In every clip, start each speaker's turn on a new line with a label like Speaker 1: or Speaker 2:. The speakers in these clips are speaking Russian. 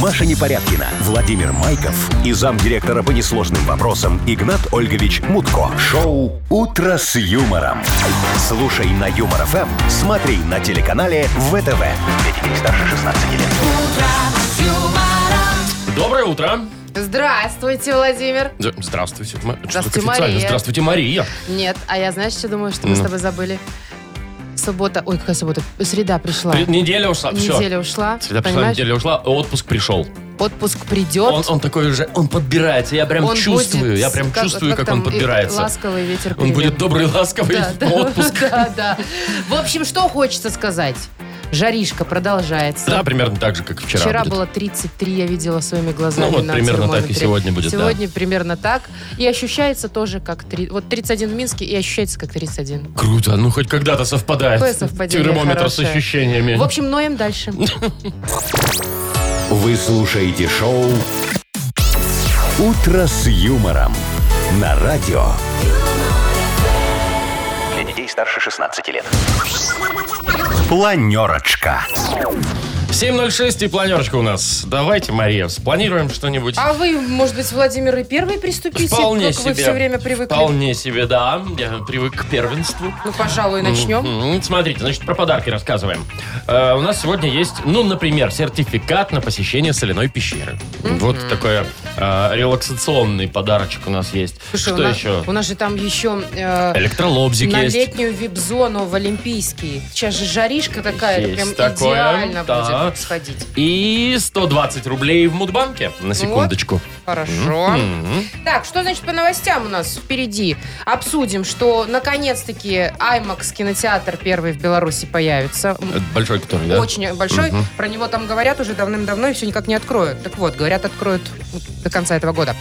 Speaker 1: Маша Непорядкина, Владимир Майков и замдиректора по несложным вопросам Игнат Ольгович Мутко. Шоу «Утро с юмором». Слушай на Юмор ФМ, смотри на телеканале ВТВ. Для детей старше 16 лет.
Speaker 2: Доброе утро.
Speaker 3: Здравствуйте, Владимир.
Speaker 2: З- Здравствуйте. Ма- что
Speaker 3: Здравствуйте,
Speaker 2: так официально?
Speaker 3: Мария.
Speaker 2: Здравствуйте, Мария.
Speaker 3: Нет, а я знаешь, что думаю, что мы с
Speaker 2: Ну.
Speaker 3: тобой забыли? Суббота, ой, какая суббота? Среда пришла.
Speaker 2: При- Неделя ушла. Все.
Speaker 3: Неделя ушла,
Speaker 2: Всегда пришла,
Speaker 3: понимаешь?
Speaker 2: неделя ушла, а отпуск пришел.
Speaker 3: Отпуск придет.
Speaker 2: Он, он такой уже, он подбирается. Я прям
Speaker 3: Он
Speaker 2: чувствую,
Speaker 3: будет
Speaker 2: я прям
Speaker 3: как-
Speaker 2: чувствую, как, он
Speaker 3: там, и-
Speaker 2: подбирается.
Speaker 3: Ласковый ветер.
Speaker 2: Он
Speaker 3: перемен.
Speaker 2: будет добрый, ласковый
Speaker 3: Да, да,
Speaker 2: отпуск.
Speaker 3: Да, да. В общем, что хочется сказать? Жаришка продолжается.
Speaker 2: Да, примерно так же, как вчера.
Speaker 3: Вчера
Speaker 2: будет.
Speaker 3: было 33, я видела своими глазами.
Speaker 2: Ну вот
Speaker 3: на
Speaker 2: примерно так и
Speaker 3: термометре.
Speaker 2: сегодня будет, да.
Speaker 3: Сегодня примерно так. И ощущается тоже как... три- Вот 31 в Минске и ощущается как 31.
Speaker 2: Круто, ну хоть когда-то совпадает.
Speaker 3: Какое совпадение
Speaker 2: Термометр
Speaker 3: хорошее.
Speaker 2: с ощущениями.
Speaker 3: В общем, ноем дальше.
Speaker 1: Вы слушаете шоу «Утро с юмором» на радио. Для детей старше 16 лет. Планерочка.
Speaker 2: 7.06 и планерочка у нас. Давайте, Мария, спланируем что-нибудь.
Speaker 3: А вы, может быть, Владимир, и первый приступите,
Speaker 2: Вполне
Speaker 3: как
Speaker 2: себе.
Speaker 3: вы все время привыкли?
Speaker 2: Вполне себе, да. Я привык к первенству.
Speaker 3: Ну, пожалуй, начнем.
Speaker 2: М, Ну, Смотрите, значит, про подарки рассказываем. Э, у нас сегодня есть, ну, например, сертификат на посещение соляной пещеры. Вот такой э, релаксационный подарочек у нас есть.
Speaker 3: Слушай,
Speaker 2: Что
Speaker 3: у нас,
Speaker 2: еще?
Speaker 3: У нас же там еще... э,
Speaker 2: Электролобзик
Speaker 3: на
Speaker 2: есть.
Speaker 3: летнюю вип-зону в Олимпийский. Сейчас же жаришка такая, это
Speaker 2: Есть
Speaker 3: прям
Speaker 2: такое,
Speaker 3: идеально
Speaker 2: да.
Speaker 3: будет сходить.
Speaker 2: И 120 рублей в Мудбанке, на секундочку.
Speaker 3: Хорошо.
Speaker 2: М.
Speaker 3: Так, что значит по новостям у нас впереди? Обсудим, что наконец-таки IMAX кинотеатр первый в Беларуси появится. М,
Speaker 2: Это большой который, да?
Speaker 3: Очень большой. Про него там говорят уже давным-давно и все никак не откроют. Так вот, говорят, откроют до конца этого года.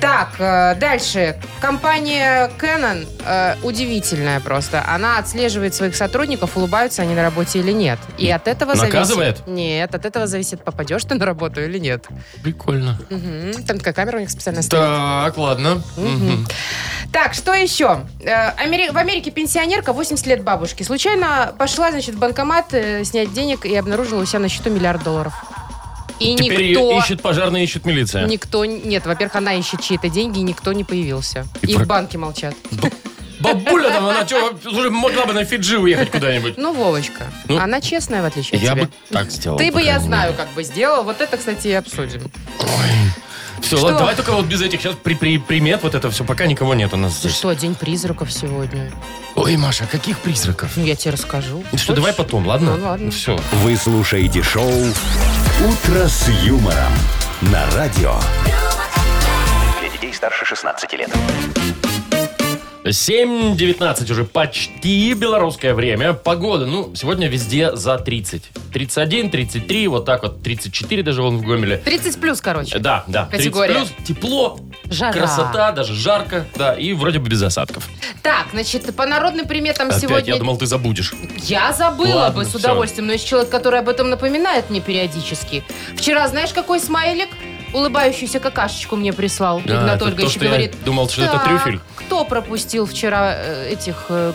Speaker 3: Так, э, дальше. Компания Canon э, удивительная просто. Она отслеживает своих сотрудников, улыбаются они на работе или нет. И от этого
Speaker 2: Наказывает?
Speaker 3: зависит... Нет, от этого зависит, попадешь ты на работу или нет.
Speaker 2: Прикольно.
Speaker 3: Мгм. Там такая камера у них специально стоит.
Speaker 2: Так, ладно. Мгм.
Speaker 3: Так, что еще? Э, Амери- В Америке пенсионерка 80 лет бабушки. Случайно пошла, значит, в банкомат э, снять денег и обнаружила у себя на счету миллиард долларов. И
Speaker 2: Теперь
Speaker 3: никто...
Speaker 2: ее ищет пожарные, ищет милиция.
Speaker 3: Никто... Нет, во-первых, она ищет чьи-то деньги, и никто не появился.
Speaker 2: И
Speaker 3: И,
Speaker 2: про-
Speaker 3: в банке молчат.
Speaker 2: Бабуля там, она чё, слушай, могла бы на Фиджи уехать куда-нибудь.
Speaker 3: Ну, Вовочка,
Speaker 2: Ну,
Speaker 3: она честная, в отличие от
Speaker 2: Я
Speaker 3: тебя.
Speaker 2: бы так сделал.
Speaker 3: Ты
Speaker 2: по
Speaker 3: бы, я
Speaker 2: крайней мере.
Speaker 3: знаю, как бы сделал. Вот это, кстати, и обсудим.
Speaker 2: Все,
Speaker 3: Что?
Speaker 2: ладно, давай только вот без этих сейчас при, при- примет вот это все, пока никого нет у нас
Speaker 3: Ты
Speaker 2: здесь.
Speaker 3: что, день призраков сегодня?
Speaker 2: Ой, Маша, а каких призраков?
Speaker 3: Ну, я тебе расскажу.
Speaker 2: Ну Что, давай
Speaker 3: Хочешь?
Speaker 2: потом, ладно?
Speaker 3: Ну, ладно.
Speaker 2: Все.
Speaker 1: Вы слушаете шоу «Утро с юмором» на радио. Для детей старше 16 лет.
Speaker 2: 7.19 уже почти белорусское время. Погода, ну, сегодня везде за 30. 31, 33, вот так вот, 34 даже вон в Гомеле.
Speaker 3: 30 плюс, короче.
Speaker 2: Да, да. 30
Speaker 3: Категория.
Speaker 2: плюс, тепло,
Speaker 3: Жара.
Speaker 2: красота, даже жарко, да, и вроде бы без осадков.
Speaker 3: Так, значит, по народным приметам
Speaker 2: Опять,
Speaker 3: сегодня
Speaker 2: я думал, ты забудешь.
Speaker 3: Я забыла
Speaker 2: Ладно,
Speaker 3: бы с
Speaker 2: всё.
Speaker 3: удовольствием, но есть человек, который об этом напоминает мне периодически. Вчера, знаешь, какой смайлик? Улыбающуюся какашечку мне прислал.
Speaker 2: Да,
Speaker 3: Игнат
Speaker 2: это
Speaker 3: Ольгович
Speaker 2: то,
Speaker 3: и
Speaker 2: что я
Speaker 3: говорит.
Speaker 2: думал, что это
Speaker 3: «Так,
Speaker 2: трюфель».
Speaker 3: Кто пропустил вчера э, этих э,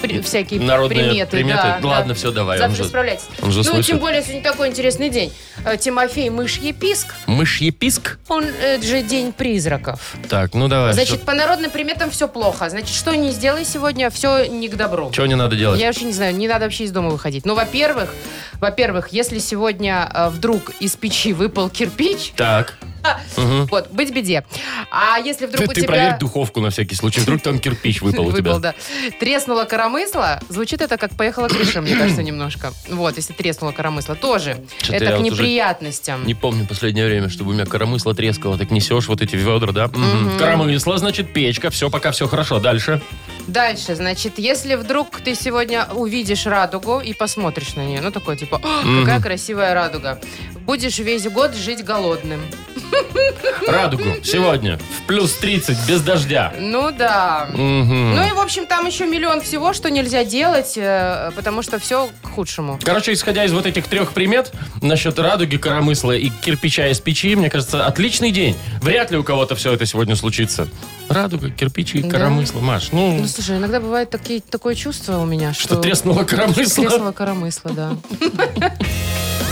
Speaker 3: при- всякие
Speaker 2: Народные
Speaker 3: приметы?
Speaker 2: приметы? Ну
Speaker 3: Да, да.
Speaker 2: Ладно, всё, давай, он
Speaker 3: Завтра
Speaker 2: же-
Speaker 3: справляйтесь.
Speaker 2: он же
Speaker 3: ну,
Speaker 2: слышит.
Speaker 3: тем более, сегодня такой интересный день. Э, Тимофей Мышьеписк,
Speaker 2: Мышьеписк?
Speaker 3: он э, же день призраков.
Speaker 2: Так, ну давай.
Speaker 3: Значит, по народным приметам все плохо. Значит, что не сделай сегодня, все не к добру.
Speaker 2: Чего не надо делать?
Speaker 3: Я вообще не знаю, не надо вообще из дома выходить. Ну, во-первых, во-первых, если сегодня э, вдруг из печи выпал кирпич,
Speaker 2: Так. Мгм.
Speaker 3: вот, быть беде. А
Speaker 2: Ты,
Speaker 3: если А, вдруг у
Speaker 2: ты
Speaker 3: тебя...
Speaker 2: проверь духовку на всякий случай. Вдруг там кирпич выпал у тебя.
Speaker 3: Выпал, да. Треснула коромысла. Звучит это как поехала крыша, мне кажется, немножко. Вот, если треснула коромысла. Тоже.
Speaker 2: Что-то я
Speaker 3: это к
Speaker 2: вот уже
Speaker 3: неприятностям.
Speaker 2: Не помню последнее время, чтобы у меня коромысло трескало. Так несешь вот эти ведра, да? Мгм. Коромысло, значит, печка. Все, пока все хорошо. Дальше.
Speaker 3: Дальше, значит, если вдруг ты сегодня увидишь радугу и посмотришь на нее, ну, такой, типа, «О, какая красивая радуга. Будешь весь год жить голодным.
Speaker 2: Радугу. Сегодня. В плюс 30, без дождя.
Speaker 3: Ну, да.
Speaker 2: Мгм.
Speaker 3: Ну и, в общем, там еще миллион всего, что нельзя делать, э, потому что все к худшему.
Speaker 2: Короче, исходя из вот этих трех примет насчет радуги, коромысла и кирпича из печи, мне кажется, отличный день. Вряд ли у кого-то все это сегодня случится. Радуга, кирпичи,
Speaker 3: Да.
Speaker 2: коромысло, Маш. Ну,
Speaker 3: Ну, слушай, иногда бывает такие, такое чувство у меня, что...
Speaker 2: что треснуло коромысло.
Speaker 3: Треснуло коромысло, да.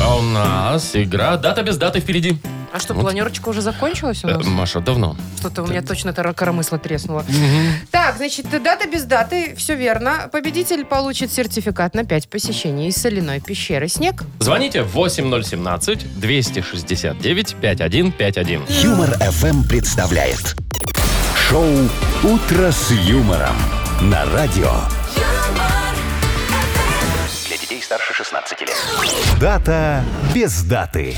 Speaker 2: А у нас игра «Дата без даты» впереди.
Speaker 3: А что, планерочка уже закончилась у
Speaker 2: Э,
Speaker 3: нас?
Speaker 2: Маша, давно.
Speaker 3: Что-то у меня точно тара- коромысло треснуло. Так, значит, дата без даты, все верно. Победитель получит сертификат на 5 посещений из соляной пещеры «Снег».
Speaker 2: Звоните 8017-269-5151.
Speaker 1: Юмор ФМ представляет. Шоу «Утро с юмором» на радио.
Speaker 4: Для детей старше 16 лет.
Speaker 1: Дата без даты.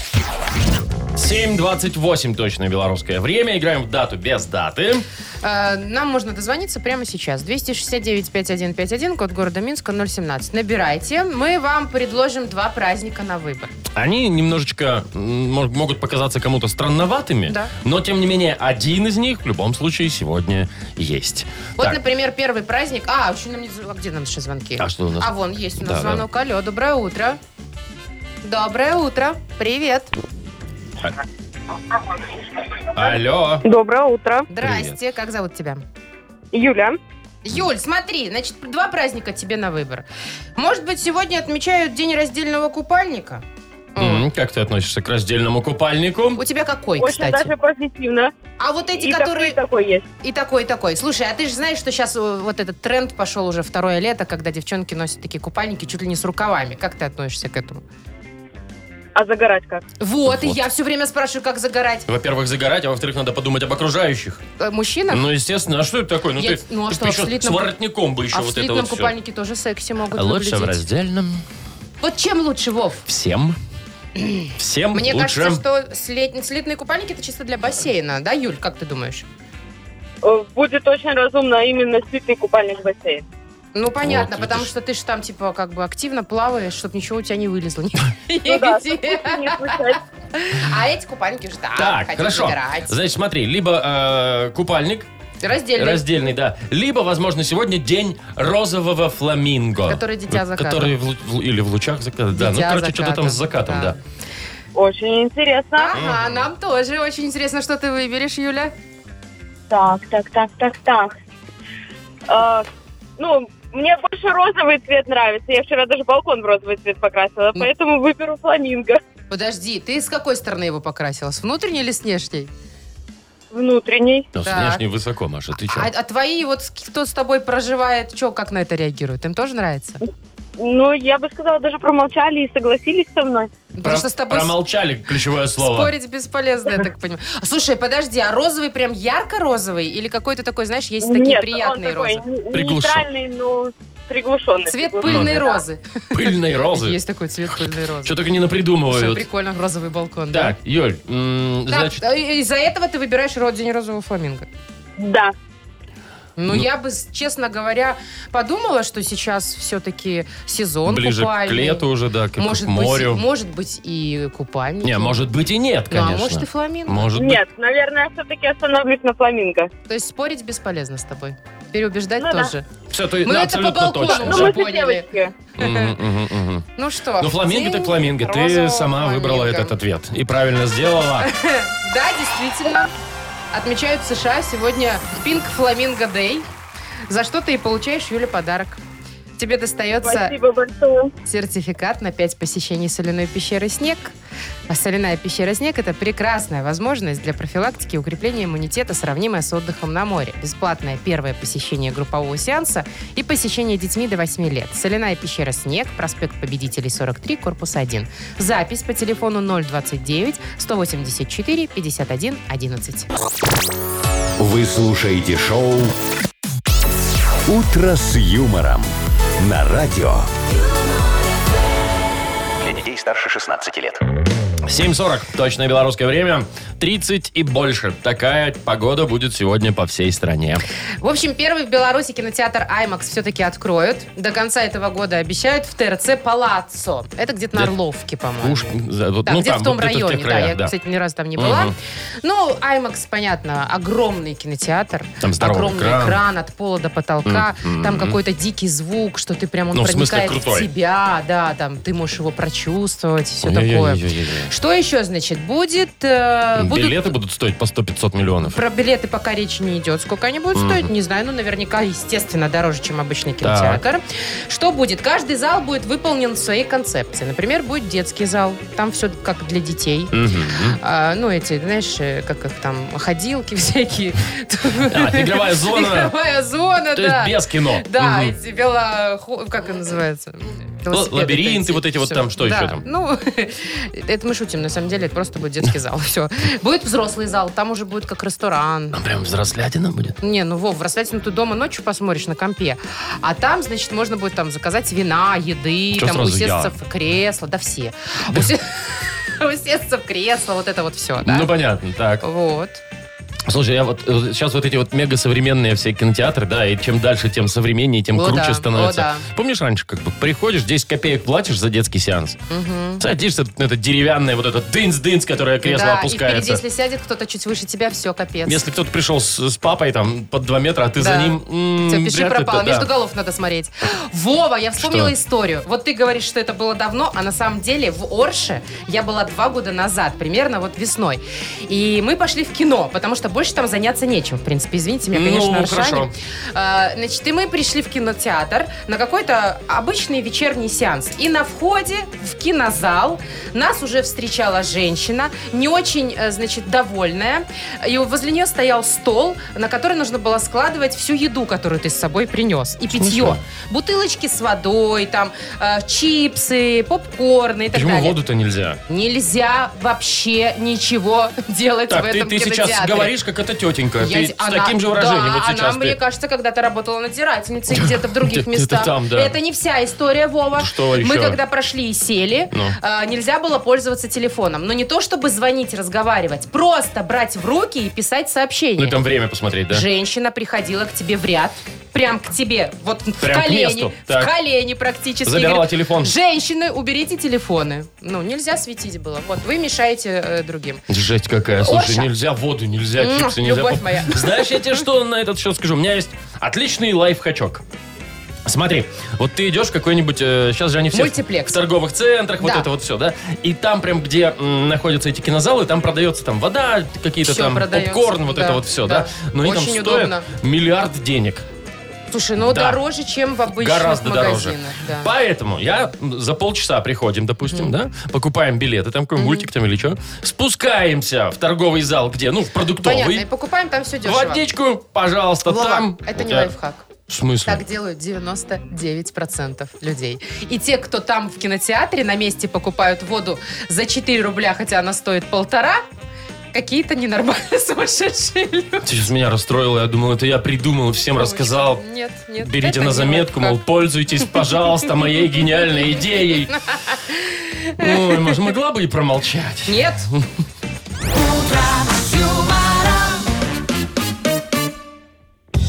Speaker 2: 7.28 точное белорусское время. Играем в дату без даты.
Speaker 3: Э, Нам можно дозвониться прямо сейчас. 269-5151, код города Минска, 017. Набирайте. Мы вам предложим два праздника на выбор.
Speaker 2: Они немножечко м, мож- могут показаться кому-то странноватыми,
Speaker 3: Да.
Speaker 2: но тем не менее один из них в любом случае сегодня есть.
Speaker 3: Вот,
Speaker 2: Так,
Speaker 3: например, первый праздник. А, еще нам не... зв- А где нам еще звонки?
Speaker 2: А что у нас?
Speaker 3: А вон есть у нас
Speaker 2: Да, да.
Speaker 3: звонок. Алло, доброе утро. Доброе утро. Привет.
Speaker 2: алло.
Speaker 5: Доброе утро.
Speaker 3: Здрасте. Как зовут тебя?
Speaker 5: Юля.
Speaker 3: Юль, смотри, значит, два праздника тебе на выбор. Может быть, сегодня отмечают день раздельного купальника? М.
Speaker 2: М, Как ты относишься к раздельному купальнику?
Speaker 3: У тебя какой,
Speaker 5: Очень
Speaker 3: кстати?
Speaker 5: даже позитивно.
Speaker 3: А вот эти,
Speaker 5: и
Speaker 3: которые...
Speaker 5: такой, и такой есть.
Speaker 3: И такой, и такой. Слушай, а ты же знаешь, что сейчас вот этот тренд пошел уже второе лето, когда девчонки носят такие купальники чуть ли не с рукавами. Как ты относишься к этому?
Speaker 5: А загорать как?
Speaker 3: Вот, и
Speaker 2: Вот.
Speaker 3: я все время спрашиваю, как загорать.
Speaker 2: Во-первых, загорать, а во-вторых, надо подумать об окружающих.
Speaker 3: Э, Мужчина?
Speaker 2: Ну, естественно, а что это такое? Ну,
Speaker 3: Я-
Speaker 2: ты,
Speaker 3: ну, а
Speaker 2: ты
Speaker 3: что, а в
Speaker 2: еще с
Speaker 3: слитном-
Speaker 2: воротником бы еще
Speaker 3: а в
Speaker 2: вот это
Speaker 3: слитном
Speaker 2: вот всё.
Speaker 3: купальнике тоже секси могут
Speaker 2: А Лучше в
Speaker 3: наблюдеть.
Speaker 2: раздельном
Speaker 3: Вот чем лучше, Вов?
Speaker 2: всем. Всем
Speaker 3: Мне
Speaker 2: лучше.
Speaker 3: кажется, что слит- слитные купальники это чисто для бассейна, да, Юль, как ты думаешь?
Speaker 5: Э, Будет очень разумно именно слитный купальник в бассейн.
Speaker 3: Ну, понятно,
Speaker 2: видишь.
Speaker 3: потому что ты же там, типа, как бы активно плаваешь, чтобы ничего у тебя не вылезло.
Speaker 5: Ну да,
Speaker 3: Нигде.
Speaker 5: чтоб лучше не слышать.
Speaker 3: А эти купальники же, да,
Speaker 2: Так,
Speaker 3: хотят
Speaker 2: хорошо.
Speaker 3: загорать.
Speaker 2: Значит, смотри, либо э, купальник
Speaker 3: Раздельно.
Speaker 2: раздельный, да, либо, возможно, сегодня день розового фламинго.
Speaker 3: Который дитя заката.
Speaker 2: Который в лу- в лу- или в лучах заката, да. Ну,
Speaker 3: Дитя
Speaker 2: короче, что-то там с
Speaker 3: заката,
Speaker 2: закатом,
Speaker 3: да.
Speaker 2: да.
Speaker 5: Очень интересно.
Speaker 3: Ага, нам тоже очень интересно, что ты выберешь, Юля.
Speaker 5: Так, так, так, так, так. Э, Ну, мне больше розовый цвет нравится. Я вчера даже балкон в розовый цвет покрасила, поэтому выберу фламинго.
Speaker 3: Подожди, ты с какой стороны его покрасила? С внутренней или с внешней?
Speaker 5: Внутренний.
Speaker 2: Ну, с
Speaker 3: Так.
Speaker 2: внешней высоко, Маша, ты чё?
Speaker 3: А, а твои, вот с- кто с тобой проживает, что, как на это реагирует? Им тоже нравится?
Speaker 5: Ну, я бы сказала, даже промолчали и согласились со мной.
Speaker 3: Потому что с тобой с-
Speaker 2: Промолчали ключевое слово.
Speaker 3: спорить бесполезно, я так понимаю. Слушай, подожди, а розовый прям ярко-розовый? Или какой-то такой, знаешь, есть такие
Speaker 5: Нет,
Speaker 3: приятные
Speaker 5: он такой
Speaker 3: розы?
Speaker 5: н-
Speaker 2: Приглушен.
Speaker 5: нейтральный, но приглушенный.
Speaker 3: Цвет
Speaker 5: приглушенный,
Speaker 3: пыльной
Speaker 5: да.
Speaker 3: розы.
Speaker 2: Пыльные розы.
Speaker 3: Есть такой цвет пыльной розы.
Speaker 2: Что только не
Speaker 3: Что
Speaker 2: напридумывают.
Speaker 3: прикольно, розовый балкон, да?
Speaker 2: Так, Юль, м,
Speaker 3: Так,
Speaker 2: значит,
Speaker 3: э, из-за этого ты выбираешь родине розового фламинго.
Speaker 5: Да.
Speaker 3: Ну,
Speaker 2: Ну.
Speaker 3: я бы, с- честно говоря, подумала, что сейчас все-таки сезон
Speaker 2: ближе к
Speaker 3: купальный.
Speaker 2: лету уже, да, к, к
Speaker 3: может
Speaker 2: морю.
Speaker 3: Быть, и- может быть, и купальники.
Speaker 2: Не, может быть и нет,
Speaker 3: Ну, а
Speaker 2: конечно.
Speaker 3: может и фламинго.
Speaker 2: Может быть.
Speaker 5: Нет, наверное, все-таки остановлюсь на фламинго.
Speaker 3: То есть спорить бесполезно с тобой. Переубеждать
Speaker 5: Ну да.
Speaker 3: тоже.
Speaker 2: Всё, то есть,
Speaker 3: Мы
Speaker 2: да,
Speaker 3: это по
Speaker 2: абсолютно
Speaker 3: балкону
Speaker 2: точно.
Speaker 5: Ну,
Speaker 3: уже
Speaker 5: мы же
Speaker 3: поняли.
Speaker 5: девочки.
Speaker 2: Мгм, мгм, мгм.
Speaker 3: Ну что?
Speaker 2: Ну, фламинго
Speaker 3: день
Speaker 2: так фламинго. Ты
Speaker 3: розового
Speaker 2: сама
Speaker 3: фламинго.
Speaker 2: выбрала этот ответ. И правильно сделала.
Speaker 3: Да, действительно. Отмечают в США сегодня Pink Flamingo Day. За что ты и получаешь, Юля, подарок. Тебе достается
Speaker 5: Спасибо большое.
Speaker 3: сертификат на 5 посещений соляной пещеры «Снег». А соляная пещера «Снег» — это прекрасная возможность для профилактики и укрепления иммунитета, сравнимая с отдыхом на море. Бесплатное первое посещение группового сеанса и посещение детьми до 8 лет. Соляная пещера «Снег», проспект Победителей, 43, корпус 1. Запись по телефону 029-184-51-11.
Speaker 1: Вы слушаете шоу «Утро с юмором» на радио.
Speaker 4: Для детей старше 16 лет.
Speaker 2: 7.40. Точное белорусское время. 30 и больше. Такая погода будет сегодня по всей стране.
Speaker 3: В общем, первый в Беларуси кинотеатр «Аймакс» все-таки откроют. До конца этого года обещают в ТРЦ «Палаццо». Это где-то на
Speaker 2: Где?
Speaker 3: Орловке, по-моему.
Speaker 2: Уж, за- вот,
Speaker 3: Да,
Speaker 2: ну,
Speaker 3: где
Speaker 2: там,
Speaker 3: в том
Speaker 2: вот где-то в
Speaker 3: районе,
Speaker 2: тех
Speaker 3: да. Я,
Speaker 2: краях, да.
Speaker 3: кстати, ни разу там не была.
Speaker 2: Мгм.
Speaker 3: Ну, IMAX, понятно, огромный кинотеатр.
Speaker 2: Там здоровый
Speaker 3: огромный
Speaker 2: экран.
Speaker 3: экран. от пола до потолка.
Speaker 2: Мгм.
Speaker 3: Там какой-то дикий звук, что ты прям он
Speaker 2: Ну, в смысле,
Speaker 3: проникает
Speaker 2: крутой.
Speaker 3: в тебя. Да, там ты можешь его прочувствовать и все такое.
Speaker 2: Ой-ой-ой-ой-ой.
Speaker 3: Что еще, значит, будет, э,
Speaker 2: Будет
Speaker 3: будут будут-
Speaker 2: билеты будут стоить по 100-500 миллионов.
Speaker 3: Про билеты пока речи не идет. Сколько они будут стоить, не знаю. Но наверняка, естественно, дороже, чем обычный кинотеатр. Что будет? Каждый зал будет выполнен в своей концепции. Например, будет детский зал. Там все как для детей.
Speaker 2: Мгм.
Speaker 3: А, ну, эти, знаешь, э, как их там, ходилки всякие.
Speaker 2: А, игровая зона.
Speaker 3: Игровая зона,
Speaker 2: То есть
Speaker 3: да.
Speaker 2: без кино.
Speaker 3: Да,
Speaker 2: Мгм. Ну,
Speaker 3: эти вело... хо- Как это называется? Велосипеды
Speaker 2: лабиринты вот эти вот
Speaker 3: всё.
Speaker 2: там, что
Speaker 3: Да,
Speaker 2: еще там?
Speaker 3: Ну, это мы шутим, на самом деле, это просто будет детский зал. Все. Будет взрослый зал, там уже будет как ресторан.
Speaker 2: Там прям взрослятина будет.
Speaker 3: Не, ну, Вов, в Ростатино ты дома ночью посмотришь на компе. А там, значит, можно будет там заказать вина, еды,
Speaker 2: Чё
Speaker 3: там
Speaker 2: сразу я?
Speaker 3: усесться в кресло, да все. Усе- Усесться в кресло, вот это вот все, да?
Speaker 2: Ну, понятно, так.
Speaker 3: Вот.
Speaker 2: Слушай, я вот сейчас вот эти вот мега современные все кинотеатры, да, и чем дальше, тем современнее, тем
Speaker 3: О,
Speaker 2: круче
Speaker 3: да,
Speaker 2: становится.
Speaker 3: о,
Speaker 2: Помнишь раньше, как бы приходишь, 10 копеек платишь за детский сеанс,
Speaker 3: Мгм.
Speaker 2: садишься на это деревянное вот это дынц-дынц, которое кресло
Speaker 3: Да, И впереди,
Speaker 2: опускается.
Speaker 3: если сядет кто-то чуть выше тебя, все, капец.
Speaker 2: Если кто-то пришел с, с папой там под 2 метра, а ты за
Speaker 3: Да.
Speaker 2: ним... м,
Speaker 3: Все, пиши
Speaker 2: вряд ли
Speaker 3: пропало.
Speaker 2: это, да.
Speaker 3: Между голов надо смотреть. Вова, я вспомнила
Speaker 2: Что?
Speaker 3: историю. Вот ты говоришь, что это было давно, а на самом деле в Орше я была два года назад, примерно вот весной. И мы пошли в кино, потому что больше там заняться нечем, в принципе. Извините меня,
Speaker 2: Ну,
Speaker 3: конечно, Аршане.
Speaker 2: хорошо.
Speaker 3: А, Значит, и мы пришли в кинотеатр на какой-то обычный вечерний сеанс. И на входе в кинозал нас уже встречала женщина, не очень, э, значит, довольная. И возле нее стоял стол, на который нужно было складывать всю еду, которую ты с собой принес. И питье. Бутылочки с водой, там, э, чипсы, попкорны и так
Speaker 2: Почему
Speaker 3: далее.
Speaker 2: воду-то нельзя?
Speaker 3: Нельзя вообще ничего делать в
Speaker 2: Так, ты,
Speaker 3: этом
Speaker 2: ты сейчас
Speaker 3: кинотеатре.
Speaker 2: говоришь, как эта тетенька.
Speaker 3: Я
Speaker 2: Э, ты
Speaker 3: де-
Speaker 2: с
Speaker 3: она-
Speaker 2: таким же выражением
Speaker 3: да,
Speaker 2: вот сейчас
Speaker 3: она,
Speaker 2: ты.
Speaker 3: мне кажется, когда-то работала надзирательницей где-то в других
Speaker 2: Где-то
Speaker 3: местах.
Speaker 2: там, да.
Speaker 3: Это не вся история, Вова.
Speaker 2: Что еще?
Speaker 3: Мы когда прошли и сели,
Speaker 2: Ну.
Speaker 3: а, нельзя было пользоваться телефоном. Но не то, чтобы звонить, разговаривать. Просто брать в руки и писать
Speaker 2: Ну, и
Speaker 3: сообщение.
Speaker 2: там время посмотреть, да?
Speaker 3: Женщина приходила к тебе в ряд, прям к тебе, вот
Speaker 2: Прям
Speaker 3: в
Speaker 2: к
Speaker 3: колени,
Speaker 2: месту, так.
Speaker 3: в колени практически.
Speaker 2: Забирала
Speaker 3: Говорит,
Speaker 2: телефон.
Speaker 3: Женщины, уберите телефоны. Ну, нельзя светить было. Вот, вы мешаете э, другим.
Speaker 2: Жесть какая. Слушай,
Speaker 3: Оша.
Speaker 2: нельзя воду, нельзя
Speaker 3: М,
Speaker 2: чипсы, нельзя.
Speaker 3: любовь
Speaker 2: поп-
Speaker 3: моя.
Speaker 2: Знаешь, я тебе что на этот счет скажу? У меня есть отличный лайфхачок. Смотри, вот ты идешь в какой-нибудь, сейчас же они все
Speaker 3: Мультиплекс.
Speaker 2: в торговых центрах, вот
Speaker 3: Да.
Speaker 2: это вот все, да? И там прям, где м, находятся эти кинозалы, там продается там вода, какие-то
Speaker 3: Всё
Speaker 2: там
Speaker 3: продается,
Speaker 2: попкорн, вот
Speaker 3: да,
Speaker 2: это вот все, да?
Speaker 3: да.
Speaker 2: Но они там
Speaker 3: Очень
Speaker 2: стоят
Speaker 3: удобно.
Speaker 2: миллиард денег.
Speaker 3: Слушай, ну
Speaker 2: Да.
Speaker 3: дороже, чем в обычных
Speaker 2: Гораздо дороже.
Speaker 3: магазинах. да.
Speaker 2: Поэтому я за полчаса приходим, допустим, да, покупаем билеты, там какой мультик там или что, спускаемся в торговый зал, где, ну, в
Speaker 3: Понятно, и
Speaker 2: продуктовый,
Speaker 3: покупаем там все дешево.
Speaker 2: водичку, пожалуйста,
Speaker 3: Вова,
Speaker 2: там.
Speaker 3: это не
Speaker 2: Я-
Speaker 3: лайфхак.
Speaker 2: В смысле?
Speaker 3: Так делают 99% людей. И те, кто там в кинотеатре на месте покупают воду за 4 рубля, хотя она стоит полтора, какие-то ненормальные сумасшедшие люди.
Speaker 2: Ты сейчас меня расстроила, я думал, это я придумал, всем рассказал.
Speaker 3: Нет, нет.
Speaker 2: Берите
Speaker 3: это
Speaker 2: на
Speaker 3: не
Speaker 2: заметку,
Speaker 3: лайфхак.
Speaker 2: мол, пользуйтесь, пожалуйста, моей гениальной идеей. Ой, может, могла бы и промолчать.
Speaker 3: Нет.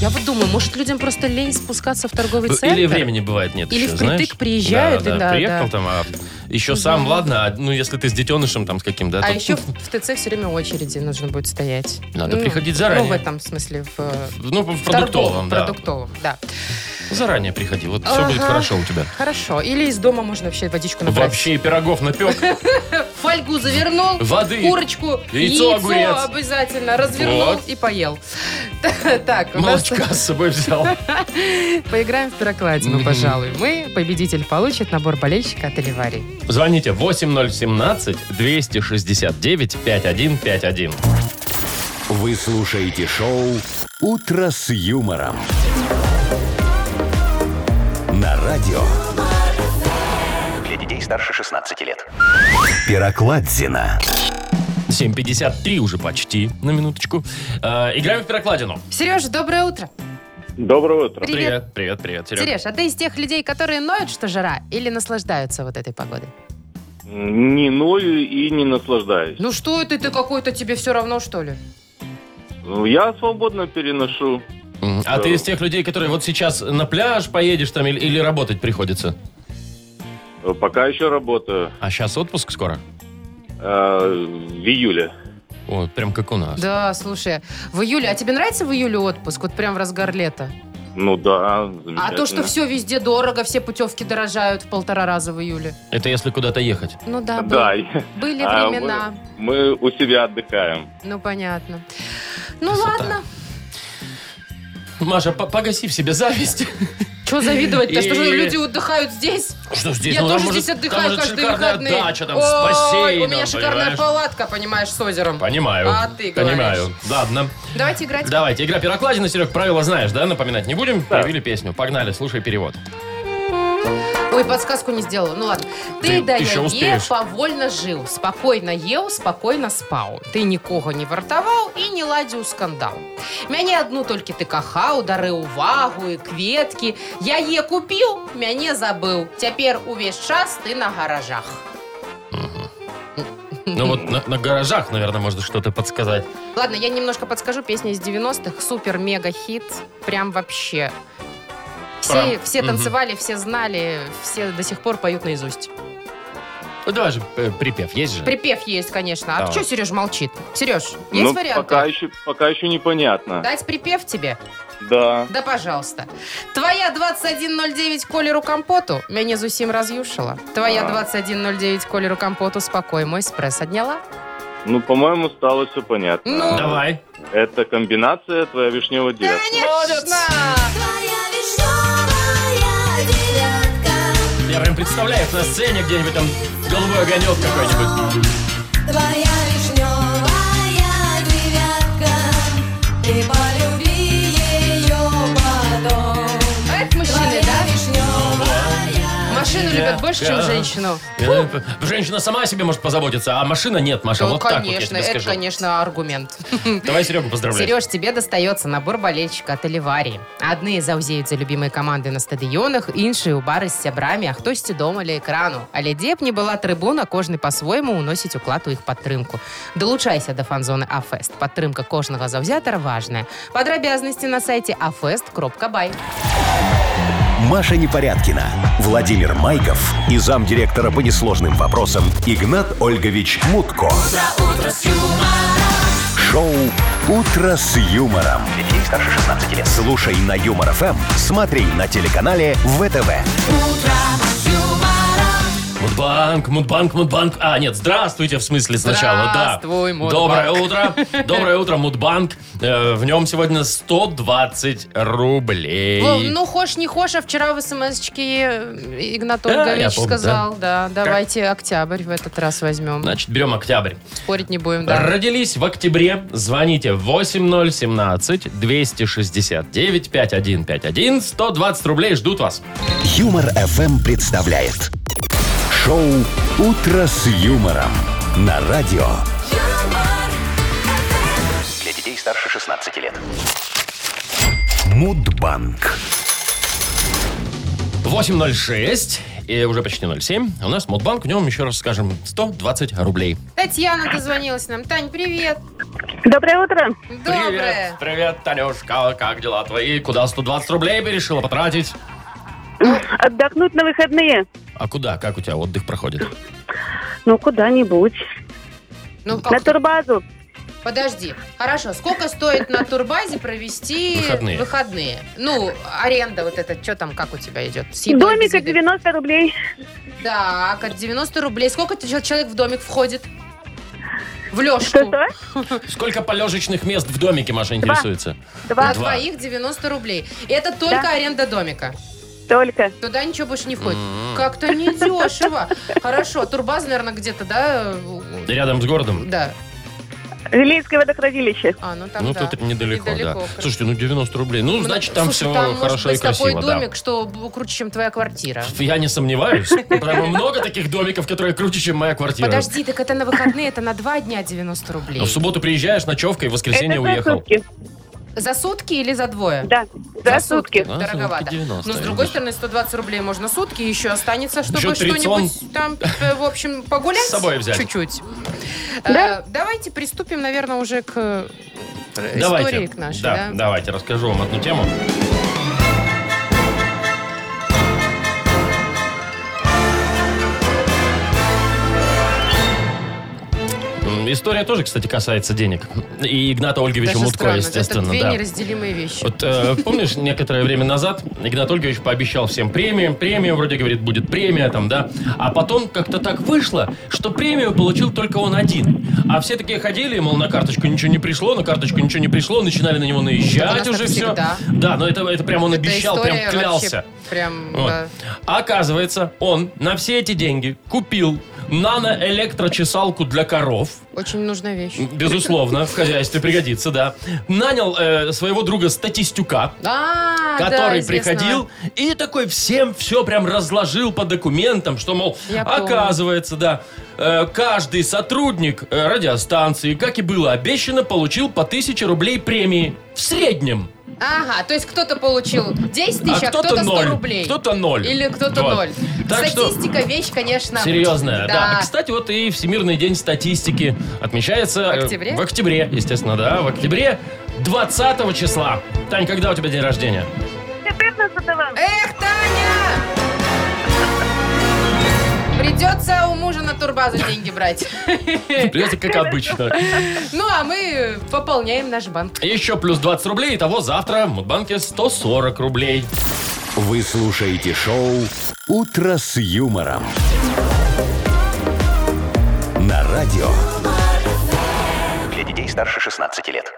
Speaker 3: Я вот думаю, может, людям просто лень спускаться в торговый центр?
Speaker 2: Ну, Или времени бывает нет.
Speaker 3: Или
Speaker 2: еще,
Speaker 3: впритык
Speaker 2: знаешь?
Speaker 3: приезжают,
Speaker 2: Да,
Speaker 3: и
Speaker 2: да,
Speaker 3: да,
Speaker 2: приехал
Speaker 3: да.
Speaker 2: там, а еще сам, ладно, а, ну если ты с детенышем там с каким, да.
Speaker 3: А
Speaker 2: тут-
Speaker 3: еще в, в ТЦ все время очереди нужно будет стоять.
Speaker 2: Надо
Speaker 3: Ну,
Speaker 2: приходить заранее.
Speaker 3: Ну, в этом смысле, в, э,
Speaker 2: Ну, в продуктовом,
Speaker 3: торговом,
Speaker 2: да.
Speaker 3: продуктовом, да.
Speaker 2: Заранее приходи, вот все
Speaker 3: Ага. Ну,
Speaker 2: будет хорошо у тебя.
Speaker 3: Хорошо. Или из дома можно вообще водичку набрать.
Speaker 2: Вообще и пирогов напек.
Speaker 3: Фольгу завернул,
Speaker 2: Воды,
Speaker 3: курочку,
Speaker 2: яйцо, огурец.
Speaker 3: обязательно развернул
Speaker 2: Вот.
Speaker 3: и поел. Так, у нас
Speaker 2: Молочка с собой взял.
Speaker 3: поиграем в пирокладину,
Speaker 2: Мгм.
Speaker 3: пожалуй. Мы, победитель, получит набор болельщика от Оливари.
Speaker 2: Звоните 8017-269-5151.
Speaker 1: Вы слушаете шоу «Утро с юмором». На радио
Speaker 4: Для детей старше 16 лет.
Speaker 1: Пирокладзина.
Speaker 2: 7.53 уже почти, на минуточку. Э, играем в пирокладину.
Speaker 3: Сережа, доброе утро.
Speaker 6: Доброе утро.
Speaker 3: Привет.
Speaker 2: Привет, привет, привет, Серег.
Speaker 3: Сереж, а ты из тех людей, которые ноют, что жара, или наслаждаются вот этой погодой?
Speaker 6: Не ною и не наслаждаюсь.
Speaker 3: Ну что это ты какой-то тебе все равно, что ли?
Speaker 6: Ну, Я свободно переношу.
Speaker 2: М, А ты из тех людей, которые вот сейчас на пляж поедешь там или, или работать приходится?
Speaker 6: Э, Пока еще работаю.
Speaker 2: А сейчас отпуск скоро?
Speaker 6: Э, В июле.
Speaker 2: Вот, прям как у нас.
Speaker 3: Да, слушай, в июле. А тебе нравится в июле отпуск? Вот прям в разгар лета.
Speaker 6: Ну да, замечательно.
Speaker 3: А то, что все везде дорого, все путевки дорожают в полтора раза в июле.
Speaker 2: Это если куда-то ехать.
Speaker 3: Ну да, был-
Speaker 6: Да,
Speaker 3: были
Speaker 6: а,
Speaker 3: времена.
Speaker 6: мы у себя отдыхаем.
Speaker 3: Ну понятно. Ну
Speaker 2: Красота.
Speaker 3: ладно.
Speaker 2: Маша, по- погаси в себе зависть.
Speaker 3: Чего завидовать-то? Что же
Speaker 2: И-
Speaker 3: люди отдыхают здесь?
Speaker 2: Что здесь?
Speaker 3: Я
Speaker 2: Ну, там
Speaker 3: тоже
Speaker 2: может-
Speaker 3: здесь отдыхаю
Speaker 2: там может
Speaker 3: каждые
Speaker 2: шикарная
Speaker 3: выходные.
Speaker 2: дача там с
Speaker 3: Ой, у
Speaker 2: бассейном,
Speaker 3: меня шикарная
Speaker 2: понимаешь?
Speaker 3: палатка, понимаешь, с озером.
Speaker 2: Понимаю.
Speaker 3: А ты говоришь.
Speaker 2: Понимаю. Ладно.
Speaker 3: Давайте играть.
Speaker 2: Давайте, игра «Пирокладина», Серег, правила знаешь, да? Напоминать не будем? Провели песню. Погнали, слушай перевод.
Speaker 3: Ой, подсказку не сделала. Ну ладно. Ты,
Speaker 2: Ты
Speaker 3: да
Speaker 2: еще
Speaker 3: я
Speaker 2: успеешь.
Speaker 3: повольно жил, спокойно ел, спокойно спал. Ты нікого не вартовал и не ладил скандал. Мяне одну только ты кахал, дары увагу и кветки. Я е купил, мяне забыл. Теперь увесь час ты на гаражах.
Speaker 2: Ну вот на, на гаражах, наверное, можно что-то подсказать.
Speaker 3: Ладно, я немножко подскажу. Песня из 90-х. Супер-мега-хит. Прям вообще. Все,
Speaker 2: Прям.
Speaker 3: все
Speaker 2: Мгм.
Speaker 3: танцевали, все знали, все до сих пор поют наизусть.
Speaker 2: Ну давай же э, припев, есть же?
Speaker 3: Припев есть, конечно. А
Speaker 2: Давай.
Speaker 3: что Сереж молчит? Сереж, есть
Speaker 6: Ну,
Speaker 3: варианты?
Speaker 6: пока еще, пока еще непонятно.
Speaker 3: Дать припев тебе?
Speaker 6: Да.
Speaker 3: Да, пожалуйста. Твоя 2109 колеру компоту меня зусім раз'юшила. Твоя
Speaker 6: А.
Speaker 3: 2109 колеру компоту спокой мой спресс отняла.
Speaker 6: Ну, по-моему, стало все понятно.
Speaker 3: Ну.
Speaker 2: Давай.
Speaker 6: Это комбинация твоя вишневого детства.
Speaker 3: Конечно!
Speaker 7: Твоя вишневая девятка,
Speaker 2: Я прям представляю, на сцене где-нибудь там голубой огонек какой-нибудь.
Speaker 7: твоя вишневая девятка, и полюби ее потом.
Speaker 3: А это мужчины,
Speaker 7: Твоя
Speaker 3: да?
Speaker 7: вишневая
Speaker 3: Машину любят больше, чем
Speaker 2: Да.
Speaker 3: женщину.
Speaker 2: Э, п- Женщина сама о себе может позаботиться, а машина нет, Маша.
Speaker 3: Ну,
Speaker 2: вот так вот я
Speaker 3: конечно,
Speaker 2: тебе
Speaker 3: это,
Speaker 2: скажу.
Speaker 3: конечно, аргумент.
Speaker 2: Давай Серегу поздравлять.
Speaker 3: Сереж, тебе достается набор болельщика от Оливарии. Одни заузеют за любимые команды на стадионах, іншие у бары с сябрамі, а хтось дома ля экрану. Але деб не была трибуна, кожний по-своему уносить уклад у их подтримку. Долучайся до фан-зоны Афест. Подтримка кожного завзятора важная. Подробязности на сайте afest.by.
Speaker 1: Маша Непорядкина, Владимир Майков и замдиректора по несложным вопросам Игнат Ольгович Мутко. Шоу Утро с юмором.
Speaker 4: Для детей старше 16 лет.
Speaker 1: Слушай на Юмор ФМ, смотри на телеканале ВТВ.
Speaker 2: Мудбанк, Мудбанк, Мудбанк. А, нет, здравствуйте, в смысле сначала, да.
Speaker 3: Здравствуй, Мудбанк.
Speaker 2: Доброе утро, доброе утро, Мудбанк. Э, В нем сегодня 120 рублей.
Speaker 3: Вов, Ну, хошь не хошь, а вчера в смс-очке Игнат
Speaker 2: Да, я
Speaker 3: Ольгович
Speaker 2: помню,
Speaker 3: сказал, да, давайте октябрь в этот раз возьмем.
Speaker 2: Значит, берем октябрь.
Speaker 3: Спорить не будем, да.
Speaker 2: Родились в октябре. Звоните 8017-269-5151. 120 рублей ждут вас.
Speaker 1: Юмор ФМ представляет шоу Утро с юмором на радио.
Speaker 7: девятка,
Speaker 4: Для детей старше 16 лет.
Speaker 1: Мудбанк.
Speaker 2: 8.06 и уже почти 07. У нас Мудбанк, в нем, еще раз скажем, 120 рублей.
Speaker 3: Татьяна дозвонилась нам. Тань, привет.
Speaker 5: Доброе утро.
Speaker 2: Привет,
Speaker 3: Доброе.
Speaker 2: привет, Танюшка, как дела твои? Куда 120 рублей бы решила потратить?
Speaker 5: Отдохнуть на выходные?
Speaker 2: А куда? Как у тебя отдых проходит?
Speaker 5: Ну, куда-нибудь.
Speaker 3: Ну, как
Speaker 5: На
Speaker 3: ты?
Speaker 5: турбазу.
Speaker 3: подожди. Хорошо, сколько стоит на турбазе провести
Speaker 2: Выходные.
Speaker 3: выходные? Ну, аренда вот эта, что там, как у тебя идет? С едой, без
Speaker 5: Домик от
Speaker 3: еды?
Speaker 5: 90 рублей.
Speaker 3: Так, от 90 рублей. Сколько ты- человек в домик входит? В лёжку.
Speaker 5: Что-что?
Speaker 2: Сколько полежечных мест в домике, Маша интересуется?
Speaker 5: Два
Speaker 3: На
Speaker 2: Два.
Speaker 3: двоих 90 рублей. И это только
Speaker 5: Да.
Speaker 3: аренда домика.
Speaker 5: только.
Speaker 3: Туда ничего больше не входит.
Speaker 2: М-м-м.
Speaker 3: Как-то недешево. Хорошо, турбаза, наверное, где-то, да? э,
Speaker 2: Рядом с городом?
Speaker 3: Да.
Speaker 5: Лилейское водохранилище.
Speaker 3: А, ну там
Speaker 2: ну,
Speaker 3: да.
Speaker 2: тут это недалеко, да.
Speaker 3: хорошо.
Speaker 2: Слушайте, ну 90 рублей. Ну, значит, там
Speaker 3: Слушай,
Speaker 2: все
Speaker 3: там
Speaker 2: хорошо и
Speaker 3: может быть такой
Speaker 2: красиво, да.
Speaker 3: домик, что б- круче, чем твоя квартира.
Speaker 2: Я не сомневаюсь. Потому много таких домиков, которые круче, чем моя квартира.
Speaker 3: Подожди, так это на выходные, это на два дня 90 рублей.
Speaker 2: Ну, в субботу приезжаешь, ночевка, и в воскресенье
Speaker 5: Это за
Speaker 2: уехал.
Speaker 5: сутки.
Speaker 3: За сутки или за двое?
Speaker 5: Да, за сутки.
Speaker 2: Да,
Speaker 3: Дороговато.
Speaker 2: сутки 90,
Speaker 3: Но с другой
Speaker 2: видишь.
Speaker 3: стороны, 120 рублей можно сутки, еще останется,
Speaker 2: Еще
Speaker 3: чтобы
Speaker 2: 30
Speaker 3: что-нибудь там, э, в общем, погулять.
Speaker 2: С собой взять.
Speaker 3: Чуть-чуть.
Speaker 5: Да.
Speaker 3: Э, Давайте приступим, наверное, уже к э, истории
Speaker 2: Давайте.
Speaker 3: к нашей.
Speaker 2: да,
Speaker 3: Да,
Speaker 2: давайте, расскажу вам одну тему. М, История тоже, кстати, касается денег. И Игната Ольговича
Speaker 3: Даже
Speaker 2: Мутко,
Speaker 3: странно,
Speaker 2: естественно.
Speaker 3: это две
Speaker 2: да.
Speaker 3: неразделимые вещи.
Speaker 2: Вот э, помнишь, некоторое время назад Игнат Ольгович пообещал всем премию, премию, вроде говорит, будет премия там, да. А потом как-то так вышло, что премию получил только он один. А все такие ходили, мол, на карточку ничего не пришло, на карточку ничего не пришло, начинали на него
Speaker 3: Так у нас
Speaker 2: наезжать
Speaker 3: так
Speaker 2: уже все.
Speaker 3: всегда.
Speaker 2: Да, но это, это прям он
Speaker 3: Эта
Speaker 2: обещал, прям
Speaker 3: история
Speaker 2: клялся.
Speaker 3: вообще Прям,
Speaker 2: Вот.
Speaker 3: да.
Speaker 2: А Оказывается, он на все эти деньги купил наноэлектрочесалку для коров.
Speaker 3: Очень нужная вещь.
Speaker 2: Безусловно, в хозяйстве пригодится, да. Нанял э, своего друга статистюка,
Speaker 3: А, да,
Speaker 2: который
Speaker 3: известно.
Speaker 2: приходил и такой всем все прям разложил по документам, что, мол,
Speaker 3: Я помню.
Speaker 2: оказывается, да, э, каждый сотрудник э, радиостанции, как и было обещано, получил по 1000 рублей премии в среднем.
Speaker 3: Ага, то есть кто-то получил 10 тысяч, а, кто-то 100
Speaker 2: ноль.
Speaker 3: рублей.
Speaker 2: Кто-то ноль.
Speaker 3: Или кто-то
Speaker 2: Вот.
Speaker 3: ноль.
Speaker 2: Так что-
Speaker 3: Статистика вещь, конечно.
Speaker 2: Серьезная, да. А,
Speaker 3: да.
Speaker 2: Кстати, вот и Всемирный день статистики отмечается...
Speaker 3: В
Speaker 2: э,
Speaker 3: октябре?
Speaker 2: В октябре, естественно, да. В октябре 20 числа. Тань, когда у тебя день рождения?
Speaker 5: 14
Speaker 3: Эх, Таня! Придется у мужа на турбазу деньги брать.
Speaker 2: Придется, как обычно.
Speaker 3: Ну, а мы пополняем наш банк.
Speaker 2: Еще плюс 20 рублей. Итого завтра в Мудбанке 140 рублей.
Speaker 1: Вы слушаете шоу «Утро с юмором». На радио
Speaker 4: Для детей старше 16 лет.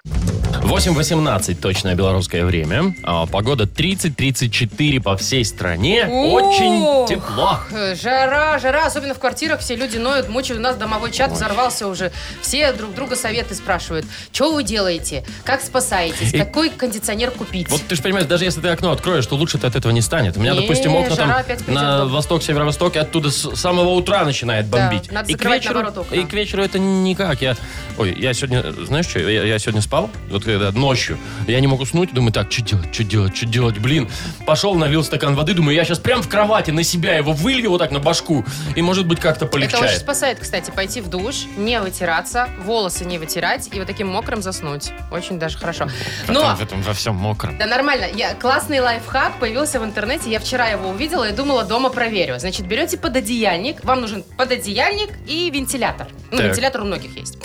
Speaker 2: 8.18 точное белорусское время. А, погода 30-34 по всей стране. Очень
Speaker 3: Ух.
Speaker 2: тепло.
Speaker 3: Э, Жара, жара, особенно в квартирах все люди ноют, мучают. У нас домовой чат взорвался уже. Все друг друга советы спрашивают. Что вы делаете? Как спасаетесь?
Speaker 2: И-
Speaker 3: Какой кондиционер купить?
Speaker 2: Вот ты же понимаешь, даже если ты окно откроешь, то лучше ты от этого не станет. У меня,
Speaker 3: Не,
Speaker 2: допустим, окна
Speaker 3: жара
Speaker 2: там
Speaker 3: опять пойдет
Speaker 2: на
Speaker 3: там. восток,
Speaker 2: восток, северо-восток, и оттуда с самого утра начинает
Speaker 3: Да,
Speaker 2: бомбить.
Speaker 3: надо
Speaker 2: и, к
Speaker 3: закрывать,
Speaker 2: вечеру,
Speaker 3: наоборот, окна.
Speaker 2: и к вечеру это никак. Я, ой, я сегодня, знаешь что, я, я сегодня спал, вот когда ночью, я не мог уснуть, думаю, так, что делать, что делать, что делать, блин. Пошел, налил стакан воды, думаю, я сейчас прям в кровати на себя его вылью вот так на башку, и может быть как-то
Speaker 3: Это очень
Speaker 2: полегчает.
Speaker 3: спасает, кстати, пойти в душ, не вытираться, волосы не вытирать и вот таким мокрым заснуть. Очень даже хорошо.
Speaker 2: Потом
Speaker 3: Но
Speaker 2: в этом во всем мокром.
Speaker 3: Да нормально. Я, классный лайфхак появился в интернете. Я вчера его увидела и думала, дома проверю. Значит, берете пододеяльник. Вам нужен пододеяльник и вентилятор. Ну,
Speaker 2: Так.
Speaker 3: вентилятор у многих есть.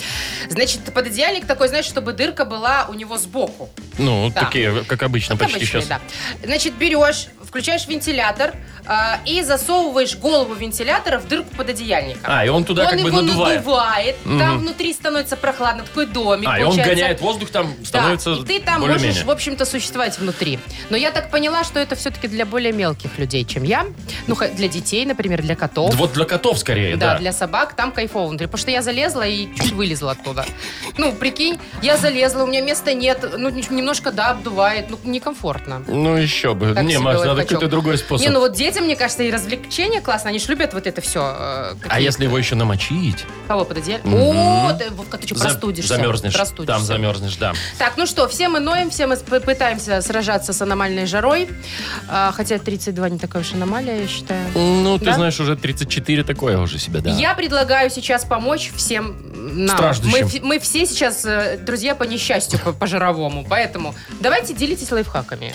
Speaker 3: Значит, пододеяльник такой, знаешь, чтобы дырка была у него сбоку.
Speaker 2: Ну,
Speaker 3: Да.
Speaker 2: такие, как обычно, Ну, почти
Speaker 3: Обычный,
Speaker 2: сейчас.
Speaker 3: да. Значит, берешь, включаешь вентилятор э, и засовываешь голову вентилятора в дырку пододеяльника.
Speaker 2: А, и он туда
Speaker 3: он
Speaker 2: как бы
Speaker 3: его
Speaker 2: надувает.
Speaker 3: надувает, там
Speaker 2: Мгм.
Speaker 3: внутри становится прохладно, такой домик
Speaker 2: А, и он
Speaker 3: получается.
Speaker 2: гоняет воздух, там становится
Speaker 3: Да, и ты там
Speaker 2: более-менее.
Speaker 3: можешь, в общем-то, существовать внутри. Но я так поняла, что это все-таки для более мелких людей, чем я. Ну, ха- для детей, например, для котов.
Speaker 2: Да Вот для котов скорее, да.
Speaker 3: Да, для собак там кайфово внутри. Потому что я залезла и чуть вылезла оттуда. Ну, прикинь, я залезла, у меня места нет. Ну, н- немножко, да, обдувает. Ну, некомфортно.
Speaker 2: Ну еще бы.
Speaker 3: Так
Speaker 2: не,
Speaker 3: себе
Speaker 2: Маш, надо
Speaker 3: лайфхачок.
Speaker 2: какой-то другой способ.
Speaker 3: Не, ну вот детям, мне кажется, и развлечения классно. Они ж любят вот это э, все.
Speaker 2: А если его еще намочить?
Speaker 3: Кого пододели?
Speaker 2: Мгм.
Speaker 3: О, ты, Вовка, ты что,
Speaker 2: За-
Speaker 3: простудишься?
Speaker 2: Замерзнешь.
Speaker 3: Простудишься.
Speaker 2: Там замерзнешь, да.
Speaker 3: Так, ну что, все мы ноем, все мы сп- пытаемся сражаться с аномальной жарой. А, хотя 32 не такая уж аномалия, я считаю.
Speaker 2: Ну, ты
Speaker 3: Да?
Speaker 2: знаешь, уже 34 такое уже себе, да.
Speaker 3: Я предлагаю сейчас помочь всем нам.
Speaker 2: Страждущим.
Speaker 3: Мы, фи- мы все сейчас э, друзья по несчастью, по, по жировому. Поэтому давайте делитесь лайфхаками.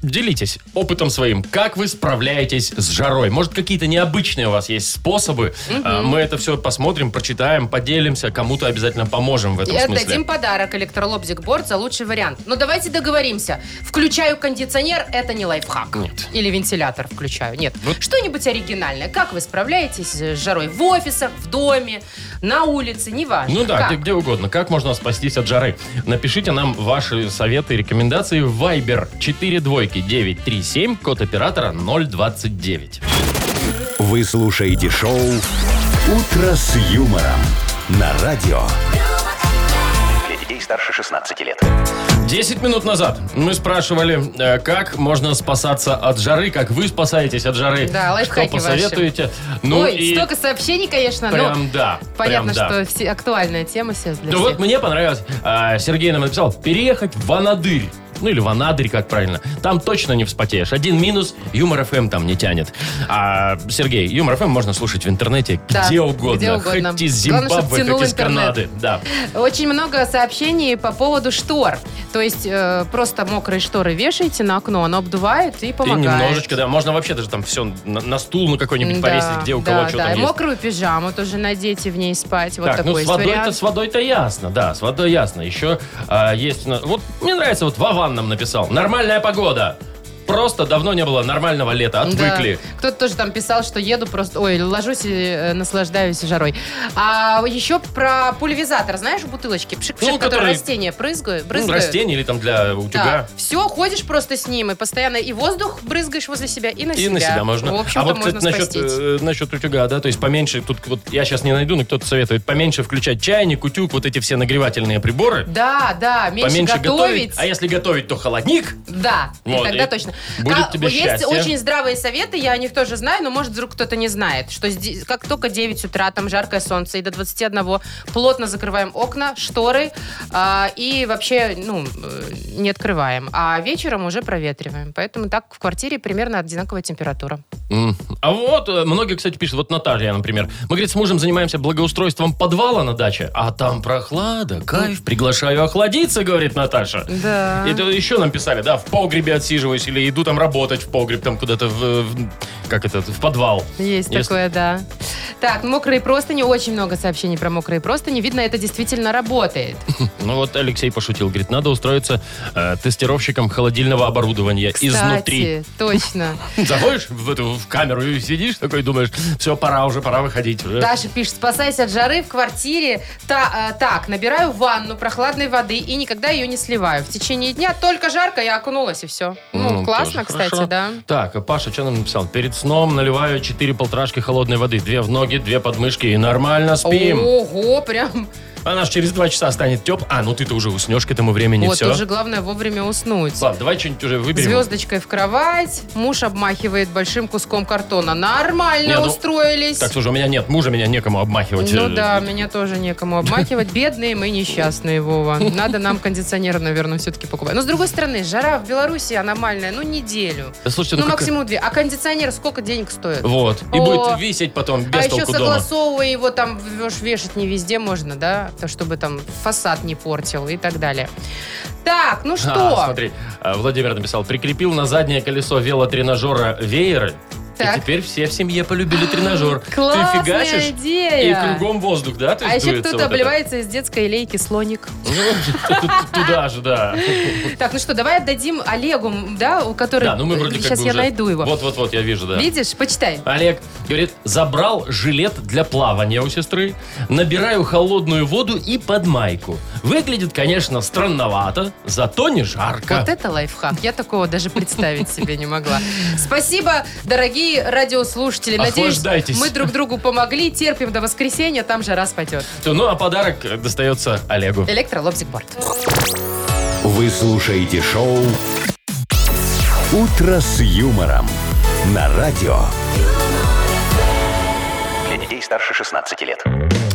Speaker 2: Делитесь опытом своим. Как вы справляетесь с жарой? Может, какие-то необычные у вас есть способы? А, Мы это все посмотрим, прочитаем, поделимся. Кому-то обязательно поможем в этом
Speaker 3: И
Speaker 2: смысле.
Speaker 3: Отдадим подарок электролобзик борт за лучший вариант. Но давайте договоримся. Включаю кондиционер, это не лайфхак.
Speaker 2: Нет.
Speaker 3: Или вентилятор включаю. Нет.
Speaker 2: Вот.
Speaker 3: Что-нибудь оригинальное. Как вы справляетесь с жарой? В офисах, в доме, на улице, неважно.
Speaker 2: Ну да,
Speaker 3: Как?
Speaker 2: где, где угодно. Как можно спастись от жары? Напишите нам ваши советы и рекомендации в Viber 4 двойки 937, код оператора 029.
Speaker 1: вы слушаете шоу «Утро с юмором». На радио
Speaker 4: Для детей старше 16 лет.
Speaker 2: 10 минут назад мы спрашивали, э, как можно спасаться от жары, как вы спасаетесь от жары.
Speaker 3: Да,
Speaker 2: Что
Speaker 3: лайфхаки ваши.
Speaker 2: посоветуете? Ну
Speaker 3: Ой,
Speaker 2: и
Speaker 3: столько сообщений, конечно, но
Speaker 2: прям да.
Speaker 3: понятно,
Speaker 2: прям да. Ну
Speaker 3: что все- актуальная тема сейчас для
Speaker 2: Да
Speaker 3: всех.
Speaker 2: вот мне понравилось. А, Сергей нам написал переехать в Анадырь. ну или Ванадырь, как правильно, там точно не вспотеешь. Один минус, Юмор ФМ там не тянет. А, Сергей, Юмор ФМ можно слушать в интернете
Speaker 3: Да,
Speaker 2: где угодно.
Speaker 3: где угодно.
Speaker 2: Хоть из
Speaker 3: Главное, чтоб
Speaker 2: Зимбабве,
Speaker 3: тянул
Speaker 2: хоть из
Speaker 3: интернет.
Speaker 2: Канады. Да.
Speaker 3: Очень много сообщений по поводу штор. То есть э, просто мокрые шторы вешаете на окно, оно обдувает и
Speaker 2: И
Speaker 3: помогает.
Speaker 2: немножечко, да, можно вообще даже там все на, на стул на какой-нибудь
Speaker 3: Да,
Speaker 2: повесить, где у
Speaker 3: да,
Speaker 2: кого что
Speaker 3: да.
Speaker 2: там
Speaker 3: И
Speaker 2: есть.
Speaker 3: Мокрую пижаму тоже надеть и в ней спать. Вот
Speaker 2: так,
Speaker 3: такой
Speaker 2: ну с
Speaker 3: есть
Speaker 2: водой-то,
Speaker 3: вариант.
Speaker 2: с водой-то ясно, да, с водой ясно. Еще а, есть, у нас- вот мне нравится, вот Вован нам написал, нормальная погода. Просто давно не было нормального лета, отвыкли.
Speaker 3: Да. Кто-то тоже там писал, что еду просто, ой, ложусь и э, наслаждаюсь жарой. А еще про пульверизатор, знаешь, бутылочки, пшик-пшик,
Speaker 2: Ну,
Speaker 3: которые
Speaker 2: который-
Speaker 3: растения брызгают,
Speaker 2: Ну,
Speaker 3: брызгают.
Speaker 2: растение или там для утюга.
Speaker 3: Все, ходишь просто с ним и постоянно и воздух брызгаешь возле себя, и на
Speaker 2: И
Speaker 3: себя.
Speaker 2: на себя можно.
Speaker 3: В
Speaker 2: а
Speaker 3: общем-то,
Speaker 2: вот, кстати,
Speaker 3: можно
Speaker 2: насчет,
Speaker 3: спастись.
Speaker 2: э, насчет утюга, да, то есть поменьше, тут вот я сейчас не найду, но кто-то советует поменьше включать чайник, утюг, вот эти все нагревательные приборы.
Speaker 3: Да, да, меньше,
Speaker 2: поменьше
Speaker 3: готовить.
Speaker 2: А если готовить, то холодник.
Speaker 3: Да, и
Speaker 2: Вот,
Speaker 3: тогда
Speaker 2: и
Speaker 3: точно.
Speaker 2: будет тебе
Speaker 3: есть
Speaker 2: счастье.
Speaker 3: очень здравые советы, я о них тоже знаю, но, может, вдруг кто-то не знает, что зде- как только 9 утра, там жаркое солнце, и до 21 плотно закрываем окна, шторы, а, и вообще, ну, э, не открываем. А вечером уже проветриваем. Поэтому так в квартире примерно одинаковая температура.
Speaker 2: М. А вот, э, многие, кстати, пишут, вот Наталья, например. Мы, говорит, с мужем занимаемся благоустройством подвала на даче, а там прохлада, кайф, приглашаю охладиться, говорит Наташа.
Speaker 3: Да.
Speaker 2: Это еще нам писали, да, в погребе отсиживаюсь или иду там работать в погреб, там куда-то в, в- как это, в подвал.
Speaker 3: Есть
Speaker 2: Если-
Speaker 3: такое, да. Так, мокрые простыни. Очень много сообщений про мокрые простыни. Видно, это действительно работает.
Speaker 2: Ну вот Алексей пошутил, говорит, надо устроиться э, тестировщиком холодильного оборудования изнутри.
Speaker 3: Кстати, точно.
Speaker 2: Заходишь в эту в камеру и сидишь такой, думаешь, все, пора уже, пора выходить Э, уже.
Speaker 3: Даша пишет, спасаясь от жары в квартире, та- э, так, набираю ванну прохладной воды и никогда ее не сливаю. В течение дня только жарко, я окунулась и все. Ну,
Speaker 2: М,
Speaker 3: классно,
Speaker 2: тоже
Speaker 3: кстати,
Speaker 2: хорошо.
Speaker 3: да.
Speaker 2: Так, а Паша, что нам написал? Перед сном наливаю 4 полторашки холодной воды. Две в ноги, две подмышки и нормально спим.
Speaker 3: Ого, прям.
Speaker 2: Она ж через 2 часа станет теп. А, ну ты-то уже уснешь к этому времени,
Speaker 3: вот,
Speaker 2: все.
Speaker 3: уже главное вовремя уснуть.
Speaker 2: Ладно, давай что-нибудь уже выберем.
Speaker 3: Звездочкой в кровать, муж обмахивает большим куском картона. Нормально
Speaker 2: Не, ну,
Speaker 3: устроились.
Speaker 2: Так, слушай, у меня нет мужа, меня некому обмахивать.
Speaker 3: Ну
Speaker 2: Э,
Speaker 3: да, меня тоже некому обмахивать. Бедные мы несчастные, Вова. Надо нам кондиционер, наверное, все-таки покупать. Но с другой стороны, жара в Беларуси аномальная, ну неделю.
Speaker 2: Да слушайте, ну,
Speaker 3: Ну,
Speaker 2: как-
Speaker 3: максимум две. А кондиционер сколько денег стоит?
Speaker 2: Вот. И
Speaker 3: О.
Speaker 2: будет висеть потом без
Speaker 3: а еще
Speaker 2: толку дома.
Speaker 3: согласовывая его, там вешь- вешать не везде можно, да? То, чтобы там фасад не портил и так далее. Так, ну что?
Speaker 2: А, смотри, а, Владимир написал, прикрепил на заднее колесо велотренажера вееры,
Speaker 3: Так.
Speaker 2: и теперь все в семье полюбили тренажер. Ты
Speaker 3: Классная
Speaker 2: фигачишь,
Speaker 3: идея.
Speaker 2: и кругом воздух, да? то
Speaker 3: а
Speaker 2: есть
Speaker 3: еще
Speaker 2: дуется
Speaker 3: кто-то
Speaker 2: вот это?
Speaker 3: обливается из детской лейки слоник.
Speaker 2: Ну, т- т- Туда же, да.
Speaker 3: Так, ну что, давай отдадим Олегу, м, да, у которого...
Speaker 2: Да, ну мы вроде как
Speaker 3: Сейчас
Speaker 2: бы
Speaker 3: я
Speaker 2: уже-
Speaker 3: найду его.
Speaker 2: Вот-вот-вот, я вижу, да.
Speaker 3: Видишь, почитай.
Speaker 2: Олег говорит, забрал жилет для плавания у сестры, набираю холодную воду и под майку. Выглядит, конечно, странновато, зато не жарко.
Speaker 3: Вот это лайфхак. Я такого даже представить себе не могла. Спасибо, дорогие радиослушатели. Надеюсь,
Speaker 2: Охлаждайтесь.
Speaker 3: мы друг другу помогли. Терпим до воскресенья, там жара спадет.
Speaker 2: Ну, а подарок э, достается Олегу.
Speaker 3: Электролобзикборд.
Speaker 1: Вы слушаете шоу «Утро с юмором» на радио.
Speaker 4: Для детей старше 16 лет.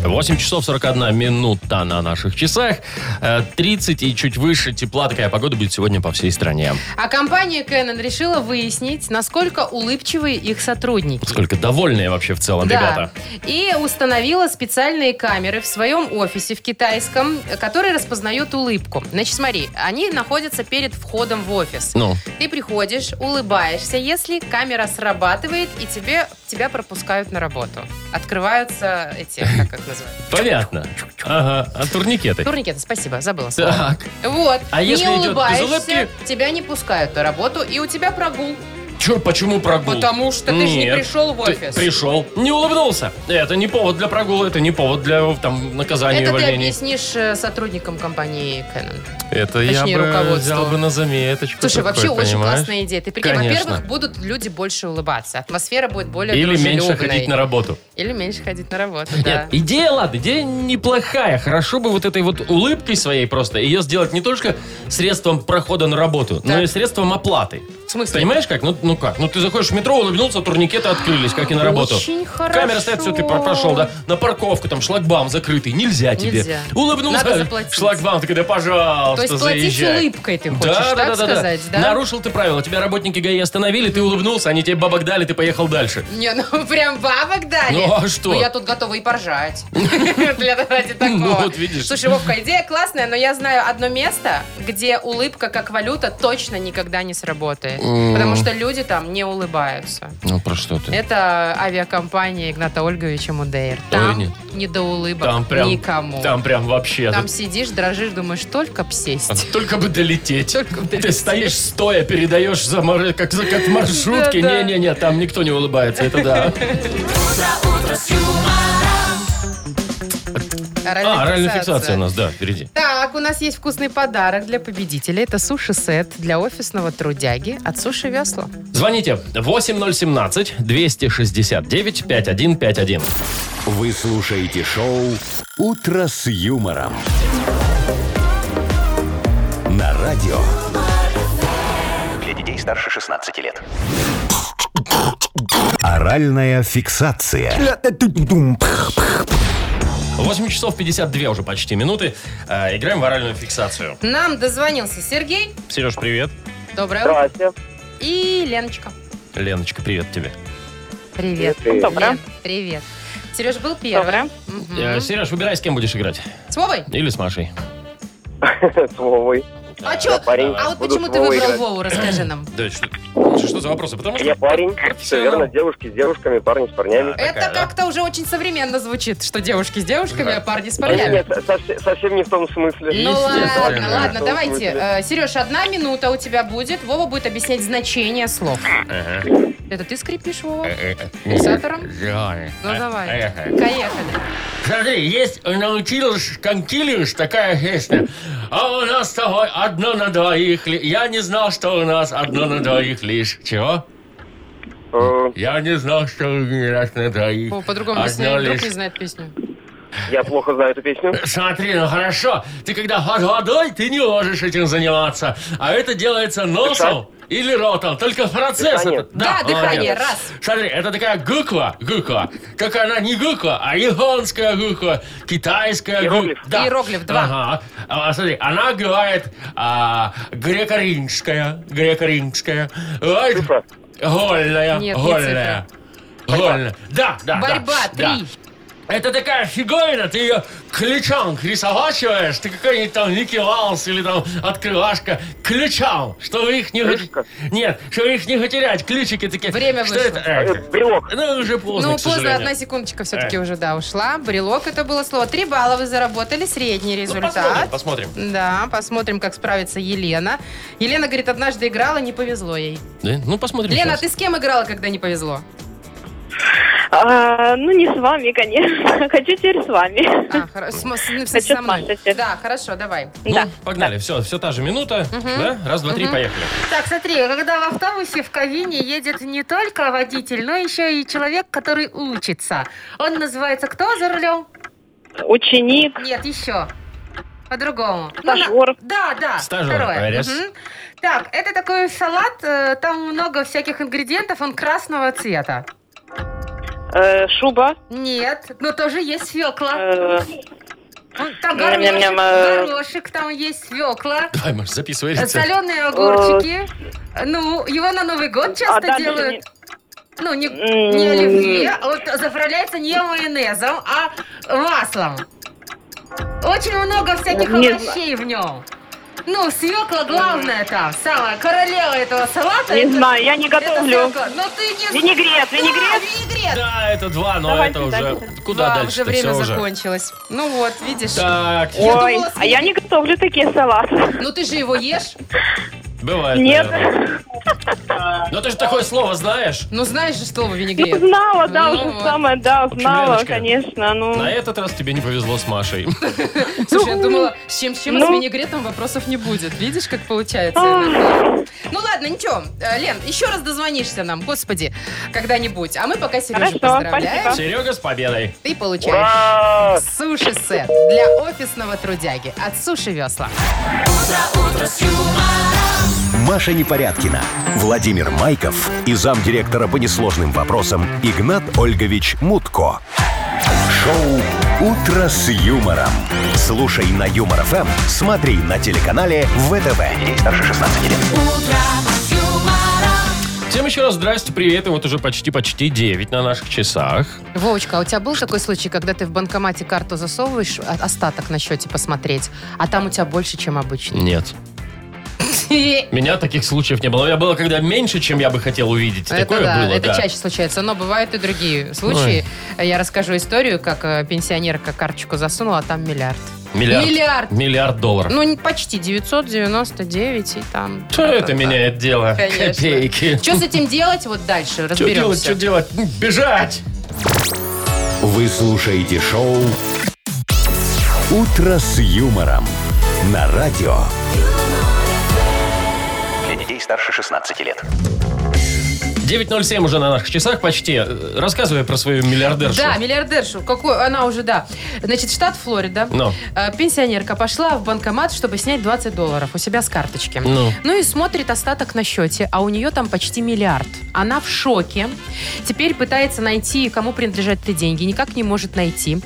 Speaker 2: 8 часов 41 минута на наших часах. Э, 30 и чуть выше тепла. Такая погода будет сегодня по всей стране.
Speaker 3: А компания Canon решила выяснить, насколько улыбчивые их сотрудники.
Speaker 2: Сколько довольные вообще в целом, ребята.
Speaker 3: Да. И установила специальные камеры в своем офисе в китайском, которые распознают улыбку. Значит, смотри, они находятся перед входом в офис.
Speaker 2: Ну,
Speaker 3: Ты приходишь, улыбаешься, если камера срабатывает и тебе, тебя пропускают на работу. Открываются эти, как их называют?
Speaker 2: понятно. Ага, а турникеты?
Speaker 3: Турникеты, спасибо, забыла слово.
Speaker 2: Так,
Speaker 3: Вот,
Speaker 2: А если
Speaker 3: не
Speaker 2: идет без
Speaker 3: улыбаешься,
Speaker 2: улыбки?
Speaker 3: тебя не пускают на работу, и у тебя прогул.
Speaker 2: чё, почему прогул?
Speaker 3: Потому что ты же не
Speaker 2: Нет,
Speaker 3: пришел в
Speaker 2: ты
Speaker 3: офис.
Speaker 2: пришел, не улыбнулся. Это не повод для прогула, это не повод для там, наказания и
Speaker 3: Это ты
Speaker 2: увольнения.
Speaker 3: объяснишь э, сотрудникам компании Canon.
Speaker 2: Это
Speaker 3: Точнее,
Speaker 2: я бы
Speaker 3: руководству.
Speaker 2: взял бы на заметочку.
Speaker 3: Слушай,
Speaker 2: такое,
Speaker 3: вообще очень
Speaker 2: понимаешь?
Speaker 3: классная идея. Ты прикинь,
Speaker 2: Конечно.
Speaker 3: во-первых, будут люди больше улыбаться, атмосфера будет более
Speaker 2: Или меньше
Speaker 3: дружелюбной.
Speaker 2: ходить на работу.
Speaker 3: Или меньше ходить на работу, да.
Speaker 2: Нет, идея, ладно, идея неплохая. Хорошо бы вот этой вот улыбкой своей просто ее сделать не только средством прохода на работу, но
Speaker 3: Так.
Speaker 2: и средством оплаты.
Speaker 3: смысле?
Speaker 2: Понимаешь как? Ну, ну как? Ну ты заходишь в метро, улыбнулся, турникеты открылись, как и на работу.
Speaker 3: Очень хорошо.
Speaker 2: Камера стоит, все, ты пошел, да? На парковку, там шлагбаум закрытый, нельзя тебе.
Speaker 3: Нельзя.
Speaker 2: Улыбнулся,
Speaker 3: Надо заплатить.
Speaker 2: шлагбаум, ты да
Speaker 3: То
Speaker 2: пожалуйста,
Speaker 3: есть платить
Speaker 2: заезжай.
Speaker 3: улыбкой ты хочешь, так сказать, да?
Speaker 2: Нарушил ты правила. Тебя работники ГАИ остановили, ты улыбнулся, они тебе бабок дали, ты поехал дальше.
Speaker 3: Не, ну прям бабок дали.
Speaker 2: Ну, а что?
Speaker 3: Ну, я тут готова и поржать. Для ради такого.
Speaker 2: Ну, вот видишь.
Speaker 3: Слушай, Вовка, идея классная, но я знаю одно место, где улыбка как валюта точно никогда не сработает. Потому что люди там не улыбаются.
Speaker 2: Ну, про что ты?
Speaker 3: Это авиакомпания Игната Ольговича Мудейр.
Speaker 2: нет.
Speaker 3: Там не до улыбок
Speaker 2: Там прям...
Speaker 3: никому.
Speaker 2: Там прям вообще.
Speaker 3: Там сидишь, дрожишь, думаешь, только б сесть.
Speaker 2: Только бы долететь.
Speaker 3: Только бы
Speaker 2: Ты
Speaker 3: долететь.
Speaker 2: стоишь стоя, передаешь за мор- как, за- как в маршрутке.
Speaker 3: Да-да.
Speaker 2: Не-не-не, там никто не улыбается, это да.
Speaker 3: Оральная
Speaker 2: А, оральная фиксация у нас, да, впереди.
Speaker 3: Так, у нас есть вкусный подарок для победителя. Это суши-сет для офисного трудяги от Суши Весла.
Speaker 2: Звоните 8017-269-5151.
Speaker 1: Вы слушаете шоу «Утро с юмором». На радио
Speaker 4: Для детей старше 16 лет.
Speaker 1: «Оральная фиксация».
Speaker 2: 8 часов 52 уже почти минуты. Э, Играем в оральную фиксацию.
Speaker 3: Нам дозвонился Сергей.
Speaker 2: Сереж, привет.
Speaker 3: Доброе утро.
Speaker 5: Здрасте.
Speaker 3: И Леночка.
Speaker 2: Привет. Леночка, привет тебе.
Speaker 3: Привет.
Speaker 5: Доброе.
Speaker 3: Лен, привет. Сереж был первый.
Speaker 5: Доброе.
Speaker 3: Мгм.
Speaker 2: Э, Сереж, выбирай, с кем будешь играть.
Speaker 3: С Вовой?
Speaker 2: Или с Машей.
Speaker 8: С Вовой.
Speaker 3: А, чё?
Speaker 8: парень.
Speaker 3: а вот
Speaker 8: Буду
Speaker 3: почему
Speaker 8: с
Speaker 3: ты
Speaker 8: Вовой
Speaker 3: выбрал
Speaker 8: играть.
Speaker 3: Вову, расскажи нам.
Speaker 2: Да, что, слушай, что за вопросы? Потому что...
Speaker 8: Я парень, все верно, девушки с девушками, парни с парнями.
Speaker 2: Такая,
Speaker 3: Это
Speaker 2: да?
Speaker 3: как-то уже очень современно звучит, что девушки с девушками,
Speaker 2: Да.
Speaker 3: а парни с
Speaker 8: Нет,
Speaker 3: парнями.
Speaker 8: нет, совсем, совсем не в том смысле.
Speaker 3: Ну ладно,
Speaker 2: Естественно.
Speaker 3: ладно,
Speaker 8: Что
Speaker 3: давайте.
Speaker 8: будет?
Speaker 3: Э, Сереж, одна минута у тебя будет. Вова будет объяснять значение слов. Это ты скрипишь, Вова?
Speaker 2: Э,
Speaker 3: Фиксатором? Ну давай. Поехали.
Speaker 2: Смотри, есть научилась конкилиус, такая песня. А у нас с тобой одно на двоих. ли- Я не знал, что у нас одно на двоих лишь. Чего?
Speaker 8: Э,
Speaker 2: Я не знал, что у нас на двоих.
Speaker 3: Вова, По-другому
Speaker 2: одно
Speaker 3: объясняй, вдруг
Speaker 2: лишь.
Speaker 3: не знает песню.
Speaker 8: Я плохо знаю эту песню.
Speaker 2: Смотри, ну хорошо. Ты когда под водой, ты не можешь этим заниматься. А это делается носом или ротом. Только процесс.
Speaker 8: Дыхание.
Speaker 2: этот.
Speaker 3: Да, дыхание,
Speaker 2: молодец.
Speaker 3: раз.
Speaker 2: Смотри, это такая гуква, гуква. Только она не гуква, а японская гуква, китайская
Speaker 8: Иероглиф.
Speaker 2: гуква. Да.
Speaker 3: Иероглиф, два.
Speaker 2: Ага. А, смотри, она говорит а, греко-римская, греко-римская. Ой,
Speaker 8: Цифра.
Speaker 2: Гольная,
Speaker 3: Нет, не
Speaker 2: гольная. Гольная. Да, да, да,
Speaker 3: Борьба,
Speaker 2: А, да.
Speaker 3: три.
Speaker 2: Это такая фиговина, ты ее ключом рисовачиваешь, ты какой-нибудь там Ники Валс или там открывашка ключом, чтобы их не... вы-
Speaker 8: Крышка?
Speaker 2: Нет, чтобы их не вытерять, ключики такие.
Speaker 3: Время
Speaker 2: что
Speaker 3: вышло.
Speaker 2: это? Э,
Speaker 8: Э, Брелок.
Speaker 2: Ну, уже поздно,
Speaker 3: ну,
Speaker 2: к
Speaker 3: поздно,
Speaker 2: сожалению.
Speaker 3: одна секундочка все-таки
Speaker 2: Э.
Speaker 3: уже, да, ушла. Брелок это было слово. Три балла вы заработали, средний
Speaker 2: Ну,
Speaker 3: результат.
Speaker 2: посмотрим,
Speaker 3: Да, посмотрим, как справится Елена. Елена говорит, однажды играла, не повезло ей.
Speaker 2: посмотрим. Да, Ну, посмотрим.
Speaker 3: Лена, а
Speaker 2: сейчас.
Speaker 3: ты с кем играла, когда не повезло?
Speaker 5: А, ну, не с вами, конечно. Хочу теперь с вами.
Speaker 9: Хм.
Speaker 3: А, хоро- с- с- с-
Speaker 5: Хочу
Speaker 3: со мной.
Speaker 5: спрашивать.
Speaker 3: Да, хорошо, давай.
Speaker 2: Ну,
Speaker 5: Да.
Speaker 2: погнали, все, все та же минута, да? Раз, два, три, поехали.
Speaker 9: Так, смотри, когда в автобусе в кабине едет не только водитель, но еще и человек, который учится. Он называется кто за рулем?
Speaker 5: Ученик,
Speaker 9: Нет, еще. По-другому. Ну, на-
Speaker 5: стажер.
Speaker 9: Да, да.
Speaker 2: Стажер,
Speaker 9: Второе.
Speaker 2: раз.
Speaker 9: Мгм. Так, это такой салат, э, там много всяких ингредиентов, он красного цвета.
Speaker 5: э, шуба.
Speaker 9: Нет, но тоже есть
Speaker 3: А
Speaker 9: свекла.
Speaker 5: э,
Speaker 9: Там горошек,
Speaker 5: Ням-ням-ням, э.
Speaker 9: горошек, там есть свекла.
Speaker 2: Давай, Маш, записывай рецепт.
Speaker 9: Соленые огурчики. Ну, его на Новый год
Speaker 5: а
Speaker 9: часто
Speaker 5: дальше
Speaker 9: делают. Ну, не,
Speaker 5: М.
Speaker 9: не оливье, а вот заправляется не майонезом, а маслом. Очень много всяких
Speaker 5: Не
Speaker 9: овощей в нем. Ну, свекла главное там, самая королева этого салата.
Speaker 5: Не, не
Speaker 9: это-
Speaker 5: знаю, я не
Speaker 9: это
Speaker 5: готовлю.
Speaker 9: свекла. Но ты не...
Speaker 5: Винегрет,
Speaker 9: Да,
Speaker 5: винегрет.
Speaker 9: винегрет.
Speaker 2: Да, это два, но
Speaker 5: Давайте,
Speaker 2: это уже...
Speaker 5: давайте.
Speaker 2: Куда
Speaker 3: Да,
Speaker 2: дальше
Speaker 3: уже время
Speaker 2: все уже.
Speaker 3: закончилось. Ну вот, видишь.
Speaker 2: Так,
Speaker 5: Ой,
Speaker 3: думала,
Speaker 5: а я не готовлю такие салаты.
Speaker 3: Ну ты же его ешь.
Speaker 2: бывает.
Speaker 5: Нет.
Speaker 2: наверное. Но ты же такое слово знаешь.
Speaker 3: Ну знаешь же слово
Speaker 5: Ну,
Speaker 3: винегрет.
Speaker 5: знала, да,
Speaker 3: Ну
Speaker 5: уже
Speaker 3: вот.
Speaker 5: самое, да,
Speaker 2: общем,
Speaker 5: знала,
Speaker 2: Леночка,
Speaker 5: конечно, ну.
Speaker 2: На этот раз тебе не повезло с Машей.
Speaker 3: Слушай, я думала, с чем, с чем, а с
Speaker 5: Ну. А.
Speaker 3: винегретом вопросов не будет. Видишь, как получается?
Speaker 5: Ах.
Speaker 3: Ну ладно, ничего. Э, Лен, еще раз дозвонишься нам, господи, когда-нибудь. А мы пока Сережу
Speaker 5: Хорошо,
Speaker 3: поздравляем.
Speaker 5: спасибо.
Speaker 2: Серега с победой.
Speaker 3: Ты получаешь суши-сет для офисного трудяги от Суши Весла.
Speaker 1: Маша Непорядкина, Владимир Майков и замдиректора по несложным вопросам Игнат Ольгович Мутко. Шоу «Утро с юмором». Слушай на Юмор ФМ, смотри на телеканале ВТВ. Ей старше 16 лет.
Speaker 2: Всем еще раз здрасте, привет. И вот уже почти-почти 9 на наших часах.
Speaker 3: Вовочка, а у тебя был такой случай, когда ты в банкомате карту засовываешь, а- остаток на счете посмотреть, а там у тебя больше, чем обычно?
Speaker 2: Нет. Меня таких случаев не было. У меня было, когда меньше, чем я бы хотел увидеть.
Speaker 3: Это
Speaker 2: Такое
Speaker 3: да,
Speaker 2: было,
Speaker 3: это
Speaker 2: да.
Speaker 3: чаще случается, но бывают и другие случаи. Я расскажу историю, как э, пенсионерка карточку засунула, а там миллиард.
Speaker 2: Миллиард.
Speaker 3: Миллиард.
Speaker 2: Миллиард долларов.
Speaker 3: Ну, не- почти 999 и там...
Speaker 2: Что это меняет дело?
Speaker 3: Конечно.
Speaker 2: Копейки.
Speaker 3: Что с этим делать? Вот дальше
Speaker 2: Что делать, что
Speaker 3: разберемся.
Speaker 2: делать? М, Бежать!
Speaker 1: Вы слушаете шоу «Утро с юмором» на радио.
Speaker 4: Для детей старше 16 лет.
Speaker 2: 9.07 уже на наших часах почти. Э, Рассказывай про свою миллиардершу.
Speaker 3: Да, миллиардершу. Какую она уже, да. Значит, штат Флорида.
Speaker 2: Ну.
Speaker 3: Э, Пенсионерка пошла в банкомат, чтобы снять 20 долларов у себя с карточки.
Speaker 2: Ну.
Speaker 3: Ну и смотрит остаток на счете, а у нее там почти миллиард. Она в шоке. Теперь пытается найти, кому принадлежат эти деньги. Никак не может найти.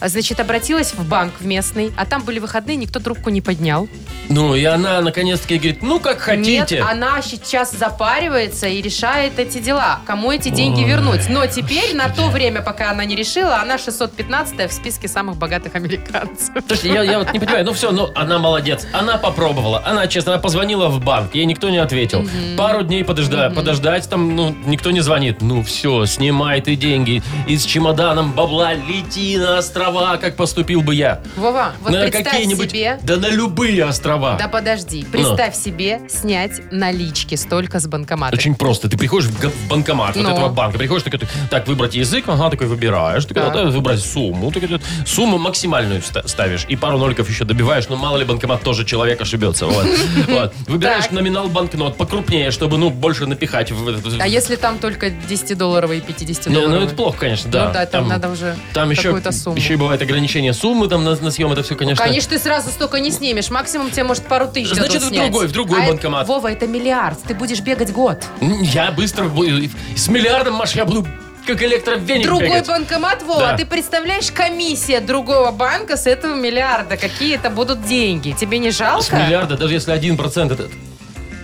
Speaker 3: Значит, обратилась в банк в местный, а там были выходные, никто трубку не поднял.
Speaker 2: Ну, и она наконец-таки говорит, ну, как хотите.
Speaker 3: Нет, а она сейчас запаривается и решает эти дела. Кому эти деньги вернуть? Но теперь, на то время, пока она не решила, она 615 в списке самых богатых американцев.
Speaker 2: Слушайте, я, я вот не понимаю, ну все, ну она молодец, она попробовала, она честно, она позвонила в банк, ей никто не ответил. Пару дней подожда- подождать, там, ну, никто не звонит. Ну все, снимай ты деньги, и с чемоданом бабла лети на острова, как поступил бы я.
Speaker 3: Вова, вот
Speaker 2: на
Speaker 3: представь
Speaker 2: какие-нибудь, Ну.
Speaker 3: себе...
Speaker 2: да на любые острова.
Speaker 3: Да подожди, представь себе снять налички столько с банкомата.
Speaker 2: Очень просто. Ты приходишь в га- в банкомат
Speaker 3: А Ну.
Speaker 2: вот этого банка, приходишь, такой, так, выбрать язык, ага, такой выбираешь, такой,
Speaker 3: Так.
Speaker 2: да, выбрать сумму, такой, да, сумму максимальную ста- ставишь, и пару ноликов еще добиваешь, но мало ли банкомат тоже человек ошибется, вот. Вот. Выбираешь
Speaker 3: Так.
Speaker 2: номинал банкнот покрупнее, чтобы, ну, больше напихать. в этот-
Speaker 3: А если там только 10-долларовые и 50
Speaker 2: Не,
Speaker 3: долларов?
Speaker 2: ну, это плохо, конечно, да.
Speaker 3: Ну да, там надо уже
Speaker 2: там еще,
Speaker 3: какую-то сумму.
Speaker 2: еще и бывает ограничение суммы там на, на съем, это все, конечно.
Speaker 3: Конечно, ты сразу столько не снимешь. Максимум тебе, может, пару тысяч
Speaker 2: Значит,
Speaker 3: дадут
Speaker 2: в
Speaker 3: снять. А
Speaker 2: другой- в другой
Speaker 3: это-
Speaker 2: банкомат.
Speaker 3: Вова, это миллиард. Ты будешь бегать год.
Speaker 2: М, Я быстро буду- с миллиардом, Маш, я буду как электровеник
Speaker 3: Другой
Speaker 2: бегать.
Speaker 3: банкомат, Вова,
Speaker 2: Да.
Speaker 3: а ты представляешь, комиссия другого банка с этого миллиарда. Какие это будут деньги? Тебе не жалко?
Speaker 2: С миллиарда, даже если 1% это...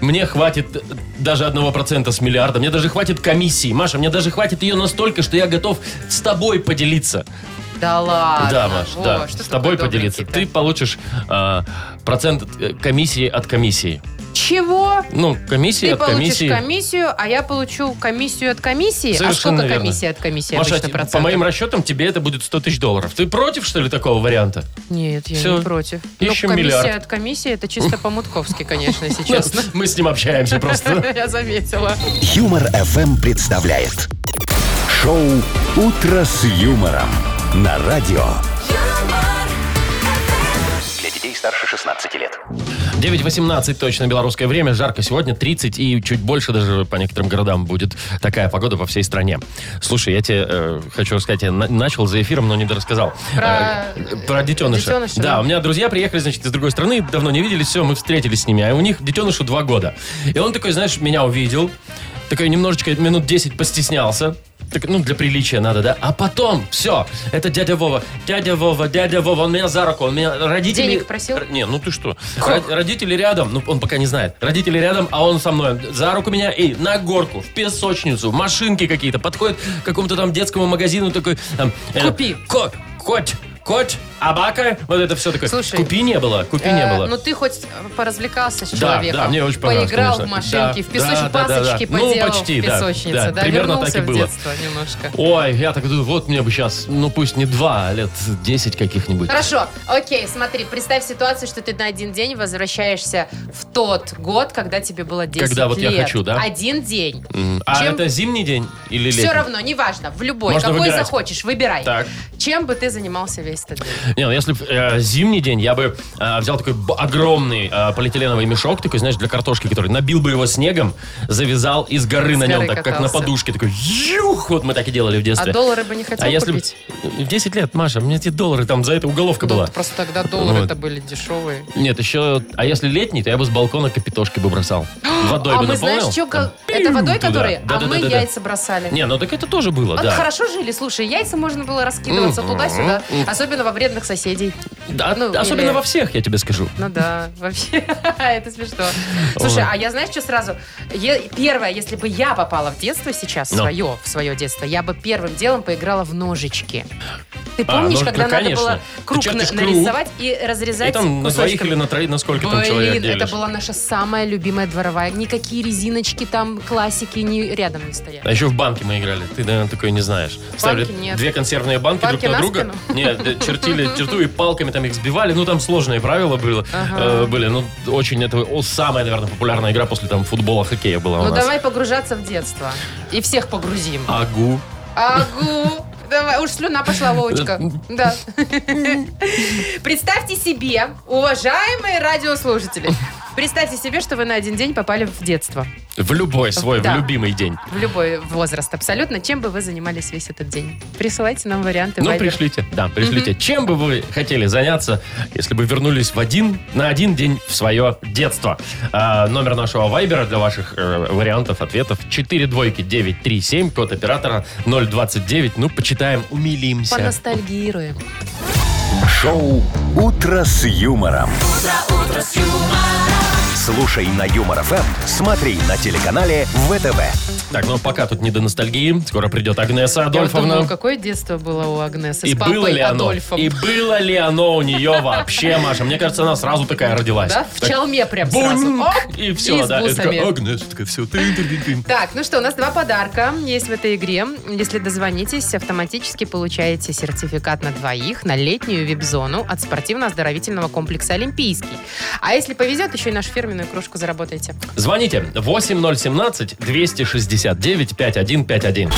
Speaker 2: Мне хватит э, даже одного процента с миллиарда. Мне даже хватит комиссии. Маша, мне даже хватит ее настолько, что я готов с тобой поделиться.
Speaker 3: А, Да ладно.
Speaker 2: да, Маш,
Speaker 3: Вова,
Speaker 2: да.
Speaker 3: что
Speaker 2: С
Speaker 3: ты
Speaker 2: тобой
Speaker 3: такой
Speaker 2: поделиться.
Speaker 3: добренький-то?
Speaker 2: Ты получишь э, процент э, комиссии от комиссии.
Speaker 3: Чего?
Speaker 2: Ну, комиссия
Speaker 3: Ты
Speaker 2: от
Speaker 3: получишь
Speaker 2: комиссии.
Speaker 3: комиссию, а я получу комиссию от комиссии. а
Speaker 2: Совершенно
Speaker 3: сколько
Speaker 2: верно.
Speaker 3: комиссия от комиссии
Speaker 2: Маша,
Speaker 3: обычно
Speaker 2: ти- по
Speaker 3: процентов?
Speaker 2: моим расчетам, тебе это будет 100 тысяч долларов. Ты против, что ли, такого варианта?
Speaker 3: Нет, я
Speaker 2: Всё.
Speaker 3: не против.
Speaker 2: Ищем
Speaker 3: ну, комиссия
Speaker 2: миллиард.
Speaker 3: от комиссии, это чисто по-мутковски, конечно, если
Speaker 2: Ну,
Speaker 3: честно.
Speaker 2: Мы с ним общаемся просто.
Speaker 3: Я заметила.
Speaker 1: Юмор FM представляет шоу Утро с юмором на радио.
Speaker 4: Для детей старше 16 лет.
Speaker 2: 9.18 точно белорусское время. Жарко сегодня, 30 и чуть больше даже по некоторым городам будет такая погода по всей стране. Слушай, я тебе э, хочу сказать, я на- начал за эфиром, но не дорассказал.
Speaker 3: Про-
Speaker 2: Э, про детеныша.
Speaker 3: детеныша,
Speaker 2: да,
Speaker 3: да.
Speaker 2: у меня друзья приехали, значит, из другой страны, давно не виделись, все, мы встретились с ними, а у них детенышу два года. И он такой, знаешь, меня увидел, такой немножечко минут 10 постеснялся, так, ну, для приличия надо, да? А потом, все, это дядя Вова, дядя Вова, дядя Вова, он меня за руку, он меня родители...
Speaker 3: Денег просил?
Speaker 2: Р- Не, ну ты что? Ро- Родители рядом, ну он пока не знает. Родители рядом, а он со мной. За руку меня, эй, на горку, в песочницу, в машинки какие-то. Подходит к какому-то там детскому магазину такой... там, э,
Speaker 3: Купи.
Speaker 2: Ко- коть, коть, абака. Вот это все такое.
Speaker 3: Слушай,
Speaker 2: Купи не было, купи не
Speaker 3: Э,
Speaker 2: было.
Speaker 3: Ну ты хоть э, поразвлекался с
Speaker 2: Да,
Speaker 3: человеком.
Speaker 2: да, мне очень понравилось,
Speaker 3: Поиграл в
Speaker 2: конечно. Да,
Speaker 3: машинке, в песоч...
Speaker 2: да, да, да,
Speaker 3: пасочки
Speaker 2: да. Ну,
Speaker 3: поделал
Speaker 2: почти,
Speaker 3: в
Speaker 2: да,
Speaker 3: песочнице.
Speaker 2: да, примерно
Speaker 3: вернулся
Speaker 2: так и
Speaker 3: в
Speaker 2: было.
Speaker 3: детство немножко.
Speaker 2: Ой, я так думаю, вот мне бы сейчас, ну пусть не два, а лет 10 каких-нибудь.
Speaker 3: Хорошо, окей, смотри, представь ситуацию, что ты на один день возвращаешься в тот год, когда тебе было 10
Speaker 2: Когда вот я
Speaker 3: лет.
Speaker 2: хочу, да?
Speaker 3: Один день.
Speaker 2: М, А
Speaker 3: Чем-
Speaker 2: это зимний день или летний?
Speaker 3: Все равно, неважно, в любой,
Speaker 2: Можно
Speaker 3: какой
Speaker 2: выбирать.
Speaker 3: захочешь, выбирай.
Speaker 2: Так.
Speaker 3: Чем бы ты занимался весь стыдно.
Speaker 2: Не, ну если б, э, зимний день, я бы э, взял такой б- огромный э, полиэтиленовый мешок, такой, знаешь, для картошки, который набил бы его снегом, завязал и с горы
Speaker 3: С
Speaker 2: на нем,
Speaker 3: горы
Speaker 2: так, как на
Speaker 3: катался.
Speaker 2: подушке, такой, юх, вот мы так и делали в
Speaker 3: А
Speaker 2: детстве.
Speaker 3: доллары бы не хотел
Speaker 2: А если б-
Speaker 3: купить?
Speaker 2: в 10 лет, Маша, мне эти доллары там за это уголовка
Speaker 3: Да,
Speaker 2: была.
Speaker 3: Просто тогда доллары-то
Speaker 2: Вот.
Speaker 3: были дешевые.
Speaker 2: Нет, еще, а если летний, то я бы с балкона капитошки бы бросал. Водой
Speaker 3: а
Speaker 2: бы
Speaker 3: мы
Speaker 2: наполнил.
Speaker 3: знаешь, что,
Speaker 2: там,
Speaker 3: как... это водой,
Speaker 2: туда.
Speaker 3: которая, а мы
Speaker 2: Да-да-да-да-да.
Speaker 3: яйца бросали.
Speaker 2: Не, ну так это тоже было,
Speaker 3: Вот
Speaker 2: да.
Speaker 3: хорошо жили, слушай, яйца можно было раскидываться
Speaker 2: Мгм.
Speaker 3: туда-сюда,
Speaker 2: Мгм.
Speaker 3: особенно во вредных соседей.
Speaker 2: Да,
Speaker 3: Ну,
Speaker 2: особенно
Speaker 3: или-
Speaker 2: во всех, я тебе скажу.
Speaker 3: Ну да, вообще, это смешно. Слушай, а я знаешь, что сразу? Е- Первое, если бы я попала в детство сейчас, в
Speaker 2: Ну.
Speaker 3: свое, в свое детство, я бы первым делом поиграла в ножички. Ты
Speaker 2: А,
Speaker 3: помнишь,
Speaker 2: ножи-
Speaker 3: когда
Speaker 2: да,
Speaker 3: надо было
Speaker 2: конечно. Ты
Speaker 3: круг на-
Speaker 2: чертишь круг,
Speaker 3: нарисовать и разрезать
Speaker 2: И там на двоих
Speaker 3: кусочками?
Speaker 2: или на троих, на сколько там человек
Speaker 3: Блин, это
Speaker 2: делишь.
Speaker 3: была наша самая любимая дворовая. Никакие резиночки там, классики не, рядом не стояли.
Speaker 2: А еще в банки мы играли. Ты, наверное, такое не знаешь.
Speaker 3: нет.
Speaker 2: две консервные банки,
Speaker 3: Банки
Speaker 2: друг
Speaker 3: на
Speaker 2: на друга.
Speaker 3: спину?
Speaker 2: Нет, э, чертили черту и палками там их сбивали. Ну, там сложные правила было,
Speaker 3: Ага.
Speaker 2: э, были. Ну, очень это о, самая, наверное, популярная игра после там футбола, хоккея была у
Speaker 3: Ну
Speaker 2: нас.
Speaker 3: давай погружаться в детство. И всех погрузим.
Speaker 2: Агу.
Speaker 3: Агу! Давай, уж слюна пошла, Вовочка. Да. Представьте себе, уважаемые радиослушатели, представьте себе, что вы на один день попали в детство.
Speaker 2: В любой свой,
Speaker 3: Да.
Speaker 2: в любимый день.
Speaker 3: В любой возраст абсолютно. Чем бы вы занимались весь этот день? Присылайте нам варианты.
Speaker 2: Ну,
Speaker 3: Viber.
Speaker 2: пришлите. Да, пришлите. Чем бы вы хотели заняться, если бы вернулись в один, на один день в свое детство? А, номер нашего вайбера для ваших э, вариантов, ответов 4 двойки 937, код оператора 029. Ну, почитаем, умилимся.
Speaker 3: Поностальгируем.
Speaker 1: Шоу «Утро с юмором». Слушай на Юмор ФМ, смотри на телеканале ВТВ.
Speaker 2: Так, ну пока тут не до ностальгии. Скоро придет Агнеса
Speaker 3: Я вот
Speaker 2: Адольфовна.
Speaker 3: думаю, какое детство было у Агнесы
Speaker 2: и
Speaker 3: с папой
Speaker 2: было ли оно?
Speaker 3: Адольфом.
Speaker 2: И было ли оно у нее вообще, Маша? Мне кажется, она сразу такая родилась.
Speaker 3: Да, в
Speaker 2: Так,
Speaker 3: челме прям сразу.
Speaker 2: бунь,
Speaker 3: Оп,
Speaker 2: и все,
Speaker 3: с
Speaker 2: да. И
Speaker 3: бусами.
Speaker 2: такая, Агнеса, такая, все. тын-тын-тын-тын.
Speaker 3: Так, ну что, у нас два подарка есть в этой игре. Если дозвонитесь, автоматически получаете сертификат на двоих на летнюю вип-зону от спортивно-оздоровительного комплекса «Олимпийский». А если повезет, еще и нашу фирменную кружку заработаете.
Speaker 2: Звоните 8017-269-5151.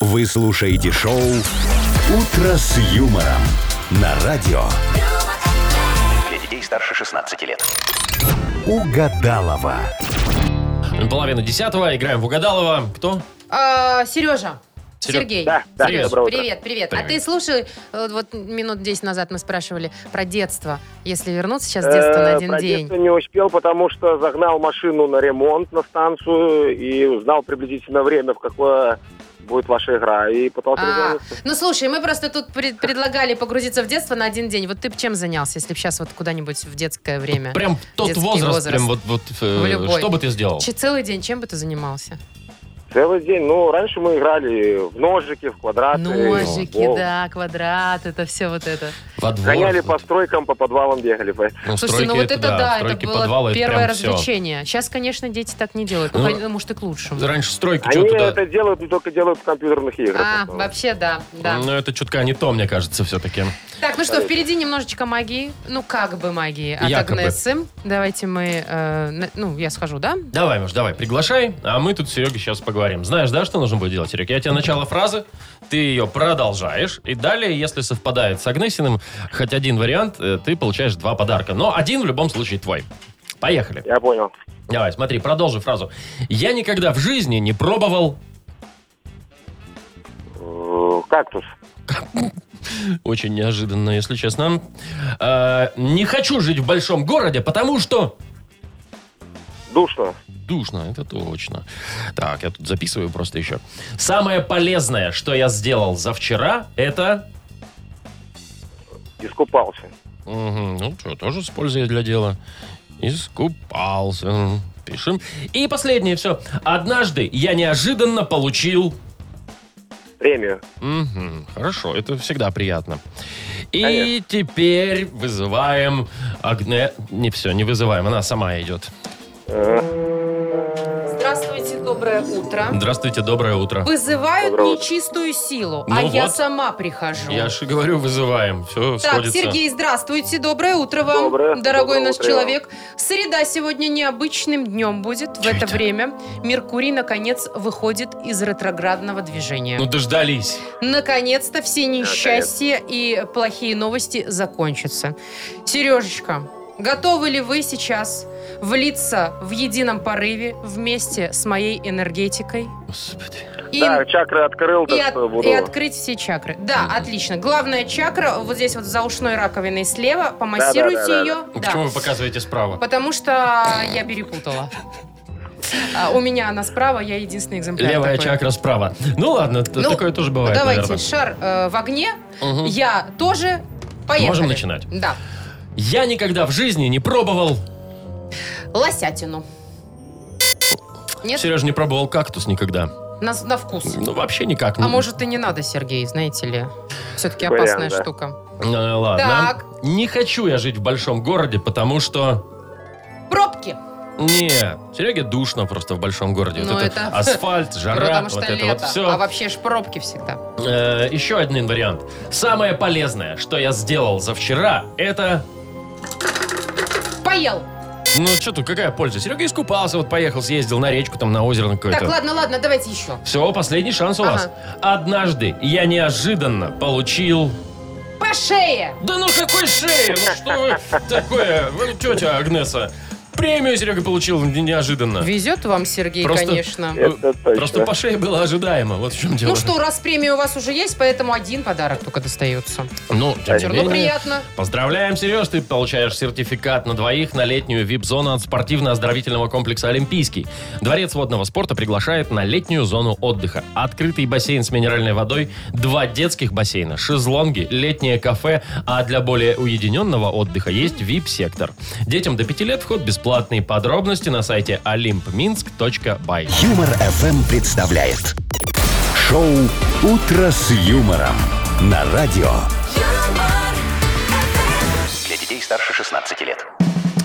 Speaker 1: Вы слушаете шоу «Утро с юмором» на радио
Speaker 4: Для детей старше 16 лет.
Speaker 1: Угадалова.
Speaker 2: Половина десятого, играем в Угадалова. Кто?
Speaker 3: А, Сережа.
Speaker 2: Серё-
Speaker 3: Сергей.
Speaker 8: Да, да,
Speaker 3: Серёж,
Speaker 8: доброе утро.
Speaker 3: привет, привет. А
Speaker 2: Привет.
Speaker 3: ты слушай, э, вот минут 10 назад мы спрашивали про детство. Если вернуться сейчас с детства на
Speaker 8: Э,
Speaker 3: один
Speaker 8: про
Speaker 3: день.
Speaker 8: детство не успел, потому что загнал машину на ремонт на станцию и узнал приблизительно время, в какое будет ваша игра. И пытался
Speaker 3: А,
Speaker 8: разобраться.
Speaker 3: ну слушай, мы просто тут пред- предлагали погрузиться в детство на один день. Вот ты б чем занялся, если бы сейчас вот куда-нибудь в детское время?
Speaker 2: Прям тот
Speaker 3: Детский
Speaker 2: возраст,
Speaker 3: возраст.
Speaker 2: прям вот, вот э,
Speaker 3: В любой.
Speaker 2: что бы ты сделал?
Speaker 3: Че- целый день чем бы ты занимался?
Speaker 8: Целый день. Ну, раньше мы играли в ножики, в квадраты. в
Speaker 3: Ножики,
Speaker 8: футбол.
Speaker 3: да, квадрат, это все вот это.
Speaker 2: Во двор.
Speaker 8: Гоняли
Speaker 2: вот.
Speaker 8: по стройкам, по подвалам бегали. поэтому.
Speaker 2: Ну,
Speaker 3: Слушайте, ну
Speaker 2: стройки
Speaker 3: вот это да, это
Speaker 2: стройки,
Speaker 3: было
Speaker 2: подвалы, это
Speaker 3: первое
Speaker 2: прям всё.
Speaker 3: развлечение. Сейчас, конечно, дети так не делают.
Speaker 2: Ну,
Speaker 3: Ну, конечно, может, и к лучшему.
Speaker 2: Раньше стройки
Speaker 8: Они
Speaker 2: что-то...
Speaker 8: А это делают, но только делают в компьютерных
Speaker 3: А,
Speaker 8: играх. в основном.
Speaker 3: вообще да, да.
Speaker 2: Ну, это чутка не то, мне кажется, все-таки.
Speaker 3: Так, ну что, впереди немножечко магии. Ну, как бы магии. От
Speaker 2: Якобы.
Speaker 3: Агнессы. Давайте мы... э, на- ну, я схожу, да?
Speaker 2: Давай, Маш, давай, приглашай, а мы тут с Серегой сейчас поговорим. Знаешь, да, что нужно будет делать, Серег? Я тебе начало фразы, ты ее продолжаешь, и далее, если совпадает с Агнесиным, хоть один вариант, э, ты получаешь два подарка. Но один в любом случае твой. Поехали.
Speaker 8: Я понял.
Speaker 2: Давай, смотри, продолжи фразу. Я никогда в жизни не пробовал...
Speaker 8: Э, Кактус.
Speaker 2: Очень неожиданно, если честно. Э, не хочу жить в большом городе, потому что...
Speaker 8: Душно.
Speaker 2: Душно, это точно. Так, я тут записываю просто еще. Самое полезное, что я сделал за вчера, это...
Speaker 8: Искупался.
Speaker 2: Мгм, ну, что, тоже с пользой для дела. Искупался. Пишем. И последнее все. Однажды я неожиданно получил...
Speaker 8: Премию.
Speaker 2: Мгм, хорошо, это всегда приятно. И
Speaker 8: Конечно.
Speaker 2: теперь вызываем Агне... Не все, не вызываем, она сама идет.
Speaker 3: Здравствуйте, Доброе утро.
Speaker 2: Здравствуйте, доброе утро.
Speaker 3: Вызывают
Speaker 8: Доброе утро.
Speaker 3: нечистую силу,
Speaker 2: Ну
Speaker 3: а я
Speaker 2: вот.
Speaker 3: сама прихожу.
Speaker 2: Я же говорю, вызываем. Все
Speaker 3: Так,
Speaker 2: сходится.
Speaker 3: Сергей, здравствуйте, доброе утро вам,
Speaker 8: Доброе,
Speaker 3: дорогой
Speaker 8: доброе
Speaker 3: наш
Speaker 8: утро и вам.
Speaker 3: человек. Среда сегодня необычным днем будет. В
Speaker 2: Чё
Speaker 3: это,
Speaker 2: это?
Speaker 3: время Меркурий наконец выходит из ретроградного движения.
Speaker 2: Ну дождались.
Speaker 3: Наконец-то все несчастья и плохие новости закончатся. Сережечка, готовы ли вы сейчас влиться в едином порыве вместе с моей энергетикой?
Speaker 2: Господи.
Speaker 3: И
Speaker 8: Да, чакры открыл,
Speaker 3: и,
Speaker 8: так
Speaker 3: от-
Speaker 8: что буду.
Speaker 3: и открыть все чакры. Да, отлично. Главная чакра вот здесь вот за ушной раковиной слева. Помассируйте
Speaker 8: Да-да-да-да-да.
Speaker 3: ее.
Speaker 2: Ну,
Speaker 3: Да.
Speaker 2: Почему вы показываете справа?
Speaker 3: Потому что я перепутала. А, У меня она справа, я единственный экземпляр.
Speaker 2: Левая
Speaker 3: такой.
Speaker 2: чакра справа. Ну ладно, т-
Speaker 3: Ну,
Speaker 2: такое тоже бывает,
Speaker 3: Давайте,
Speaker 2: наверное.
Speaker 3: шар э, в огне.
Speaker 2: Мгм.
Speaker 3: Я тоже. Поехали.
Speaker 2: Можем начинать.
Speaker 3: Да.
Speaker 2: Я никогда в жизни не пробовал.
Speaker 3: Лосятину. Нет,
Speaker 2: Сережа не пробовал кактус никогда.
Speaker 3: на, на вкус.
Speaker 2: Ну вообще никак.
Speaker 3: А
Speaker 2: Ну,
Speaker 3: может и не надо, Сергей, знаете ли. Все-таки
Speaker 8: Вариант,
Speaker 3: опасная
Speaker 8: да.
Speaker 3: штука.
Speaker 2: э, ладно.
Speaker 3: Так.
Speaker 2: Не хочу я жить в большом городе, потому что...
Speaker 3: Пробки.
Speaker 2: Не, Сереге душно просто в большом городе.
Speaker 3: Ну,
Speaker 2: вот это,
Speaker 3: это-
Speaker 2: асфальт, жара,
Speaker 3: Потому
Speaker 2: вот
Speaker 3: что
Speaker 2: это
Speaker 3: лето.
Speaker 2: вот все.
Speaker 3: А вообще ж пробки всегда.
Speaker 2: еще один вариант. Самое полезное, что я сделал за вчера, это...
Speaker 3: Поел.
Speaker 2: Ну что тут, какая польза? Серега искупался, вот поехал, съездил на речку, там на озеро на какое-то.
Speaker 3: Так, ладно, ладно, давайте еще.
Speaker 2: Все, последний шанс у
Speaker 3: Ага.
Speaker 2: вас. Однажды я неожиданно получил...
Speaker 3: По шее.
Speaker 2: Да ну какой шеи? Ну что вы такое? Вы тетя Агнеса. Премию Серега получил не- неожиданно.
Speaker 3: Везет вам, Сергей,
Speaker 2: Просто-
Speaker 3: конечно.
Speaker 8: Это точно.
Speaker 2: Просто по шее было ожидаемо. Вот в чем дело.
Speaker 3: Ну что, раз премия у вас уже есть, поэтому один подарок только достается.
Speaker 2: Ну, тем не менее.
Speaker 3: Всё равно приятно.
Speaker 2: Поздравляем, Сереж, ты получаешь сертификат на двоих на летнюю вип-зону от спортивно-оздоровительного комплекса «Олимпийский». Дворец водного спорта приглашает на летнюю зону отдыха. Открытый бассейн с минеральной водой, два детских бассейна, шезлонги, летнее кафе, а для более уединенного отдыха есть вип-сектор. Детям до 5 лет вход бесплатный. Подробности на сайте olympminsk.by.
Speaker 1: Юмор FM представляет шоу Утро с юмором на радио.
Speaker 7: юмор,
Speaker 4: Для детей старше 16 лет.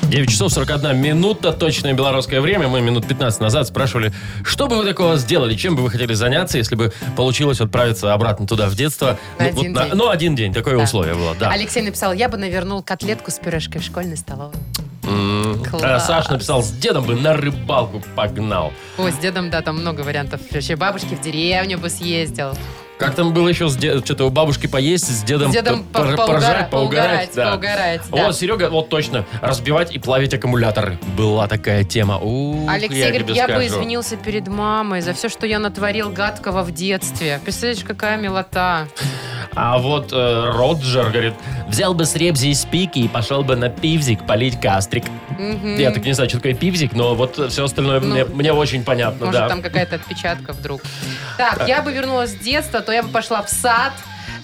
Speaker 2: 9 часов 41 минута, точное белорусское время. Мы минут 15 назад спрашивали, что бы вы такого сделали, чем бы вы хотели заняться, если бы получилось отправиться обратно туда, в детство.
Speaker 3: На
Speaker 2: ну, вот
Speaker 3: один день.
Speaker 2: ну, один день, такое
Speaker 3: Да.
Speaker 2: условие было, да.
Speaker 3: Алексей написал, я бы навернул котлетку с пюрешкой в школьной столовой.
Speaker 2: М.
Speaker 3: Класс.
Speaker 2: А Саш написал, с дедом бы на рыбалку погнал.
Speaker 3: Ой, с дедом, да, там много вариантов. Вообще бабушки в деревню бы съездил.
Speaker 2: Как там было еще, с де- что-то у бабушки поесть, с дедом,
Speaker 3: С дедом
Speaker 2: по-
Speaker 3: по-
Speaker 2: пор-
Speaker 3: поугара-
Speaker 2: поржать, поугарать.
Speaker 3: поугарать,
Speaker 2: да.
Speaker 3: поугарать, да.
Speaker 2: О, Серега, вот точно, разбивать и плавить аккумуляторы. Была такая тема. Ух,
Speaker 3: Алексей
Speaker 2: я
Speaker 3: говорит,
Speaker 2: тебе
Speaker 3: я бы
Speaker 2: скажу».
Speaker 3: извинился перед мамой за все, что я натворил гадкого в детстве. Представляешь, какая милота.
Speaker 2: А вот э, Роджер говорит, взял бы с ребзи и спики и пошел бы на пивзик полить кастрик.
Speaker 3: Мгм.
Speaker 2: Я так не знаю, что такое пивзик, но вот все остальное
Speaker 3: Ну,
Speaker 2: мне, мне очень понятно,
Speaker 3: Может,
Speaker 2: Ну да.
Speaker 3: там какая-то отпечатка вдруг. Так, я бы вернулась с детства, то я бы пошла в сад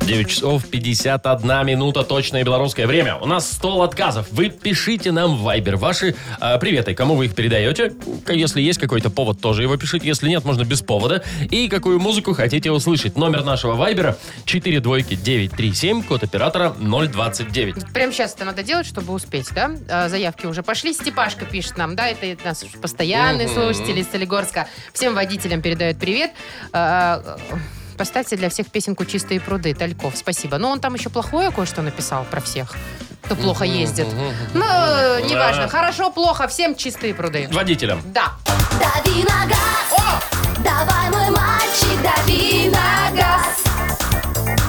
Speaker 2: 9 часов 51 минута, точное белорусское время. У нас стол отказов. Вы пишите нам в Viber ваши э, приветы. Кому вы их передаете? Если есть какой-то повод, тоже его пишите. Если нет, можно без повода. И какую музыку хотите услышать. Номер нашего Viber 42937, код оператора 029.
Speaker 3: Прямо сейчас это надо делать, чтобы успеть, да? А, Заявки уже пошли. Степашка пишет нам, да, это нас постоянный слушатель из Солигорска. Всем водителям передает привет. А, а, Поставьте для всех песенку «Чистые пруды» Тальков. Спасибо. Но он там еще плохое кое-что написал про всех, кто плохо ездит. Ну, э, неважно.
Speaker 2: Да.
Speaker 3: Хорошо, плохо. Всем «Чистые пруды».
Speaker 2: Водителям.
Speaker 3: Да.
Speaker 7: Дави на газ. Давай, мой мальчик, дави на газ.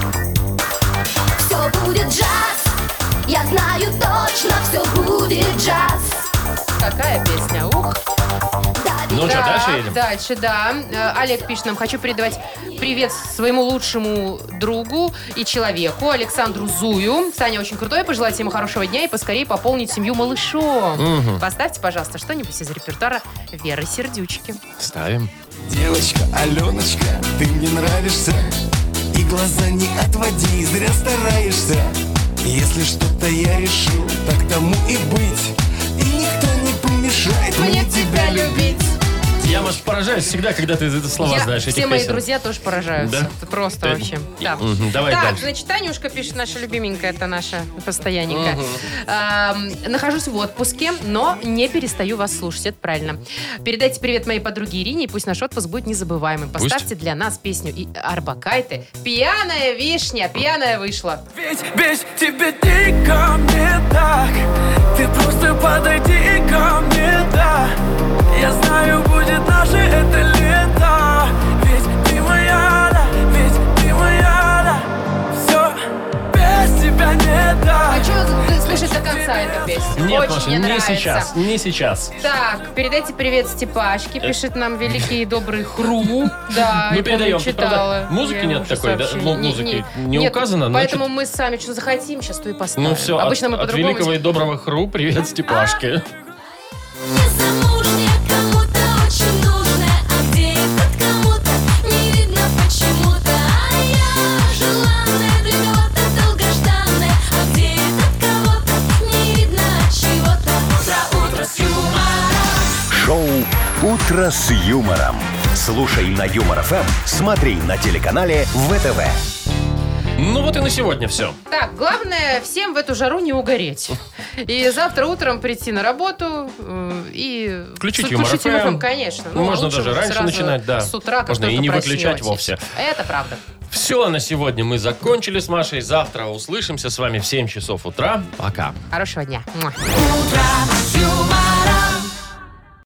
Speaker 7: Все будет джаз. Я знаю точно, все будет джаз.
Speaker 3: Какая песня? Ух.
Speaker 7: Дави
Speaker 2: Ну что,
Speaker 3: Так,
Speaker 2: дальше едем?
Speaker 3: Дальше, да. Э, Олег пишет нам, хочу передавать привет своему лучшему другу и человеку, Александру Зую. Саня очень крутой, пожелайте ему хорошего дня и поскорее пополнить семью малышом. Поставьте, пожалуйста, что-нибудь из репертуара Веры Сердючки.
Speaker 2: Ставим.
Speaker 10: Девочка, Аленочка, ты мне нравишься И глаза не отводи, зря стараешься Если что-то я решил, так тому и быть И никто не помешает мне, тебя любить
Speaker 2: Я, Маш, поражаюсь всегда, когда ты эти слова
Speaker 3: Я-
Speaker 2: знаешь,
Speaker 3: все
Speaker 2: этих
Speaker 3: мои
Speaker 2: песен.
Speaker 3: друзья тоже поражаются.
Speaker 2: Да?
Speaker 3: Это просто
Speaker 2: Да.
Speaker 3: вообще. Да.
Speaker 2: Мгм, давай
Speaker 3: так,
Speaker 2: дальше.
Speaker 3: значит, Танюшка пишет, наша любименькая, это наша постоянненькая. Эм, нахожусь в отпуске, но не перестаю вас слушать, это правильно. Передайте привет моей подруге Ирине, и пусть наш отпуск будет незабываемым.
Speaker 2: Пусть.
Speaker 3: Поставьте для нас песню и Арбакайте «Пьяная вишня», «Пьяная вышла».
Speaker 10: Ведь без тебя ты ко мне так Ты просто подойди ко мне, да Я знаю, будет наше это лето Ведь ты моя, да, ведь ты моя, да Все, без тебя не
Speaker 3: А
Speaker 10: так
Speaker 3: что ты слушать до конца эту песню?
Speaker 2: Нет,
Speaker 3: Очень
Speaker 2: Маша,
Speaker 3: мне
Speaker 2: не
Speaker 3: нравится.
Speaker 2: сейчас, Э. не сейчас.
Speaker 3: Так, передайте привет Степашке, пишет нам великий и добрый Хру. Да,
Speaker 2: Мы
Speaker 3: я, помню,
Speaker 2: передаем. Тут, правда,
Speaker 3: читала.
Speaker 2: музыки
Speaker 3: Я
Speaker 2: нет
Speaker 3: уже
Speaker 2: такой, да?
Speaker 3: сообщение.
Speaker 2: Ну, музыки не
Speaker 3: нет.
Speaker 2: указано, но
Speaker 3: Поэтому
Speaker 2: чит-
Speaker 3: мы сами что захотим, сейчас то и поставим.
Speaker 2: Ну все,
Speaker 3: Обычно
Speaker 2: от,
Speaker 3: мы
Speaker 2: от
Speaker 3: по-другому...
Speaker 2: великого и доброго хру привет Степашке.
Speaker 7: Незамужняя кому-то очень нужная, а где этот кому-то не видно почему-то. А я желанная для кого-то долгожданная, а где этот кого-то не видно от чего-то. Утро, утро с юмором.
Speaker 1: Шоу «Утро с юмором». Слушай на Юмор ФМ, смотри на телеканале ВТВ.
Speaker 2: Ну вот и на сегодня все.
Speaker 3: Так, главное всем в эту жару не угореть. И завтра утром прийти на работу э, и...
Speaker 2: Включить
Speaker 3: с-
Speaker 2: Юмор
Speaker 3: включить
Speaker 2: FM.
Speaker 3: FM, конечно.
Speaker 2: Ну, можно
Speaker 3: лучше
Speaker 2: даже
Speaker 3: вот
Speaker 2: раньше
Speaker 3: сразу
Speaker 2: начинать, да.
Speaker 3: С утра, как
Speaker 2: Можно и
Speaker 3: только
Speaker 2: не выключать
Speaker 3: проснетесь.
Speaker 2: вовсе.
Speaker 3: Это правда.
Speaker 2: Все а на сегодня мы закончили с Машей. Завтра услышимся с вами в 7 часов утра. Пока.
Speaker 3: Хорошего дня. Муа.
Speaker 7: Утро с юмором.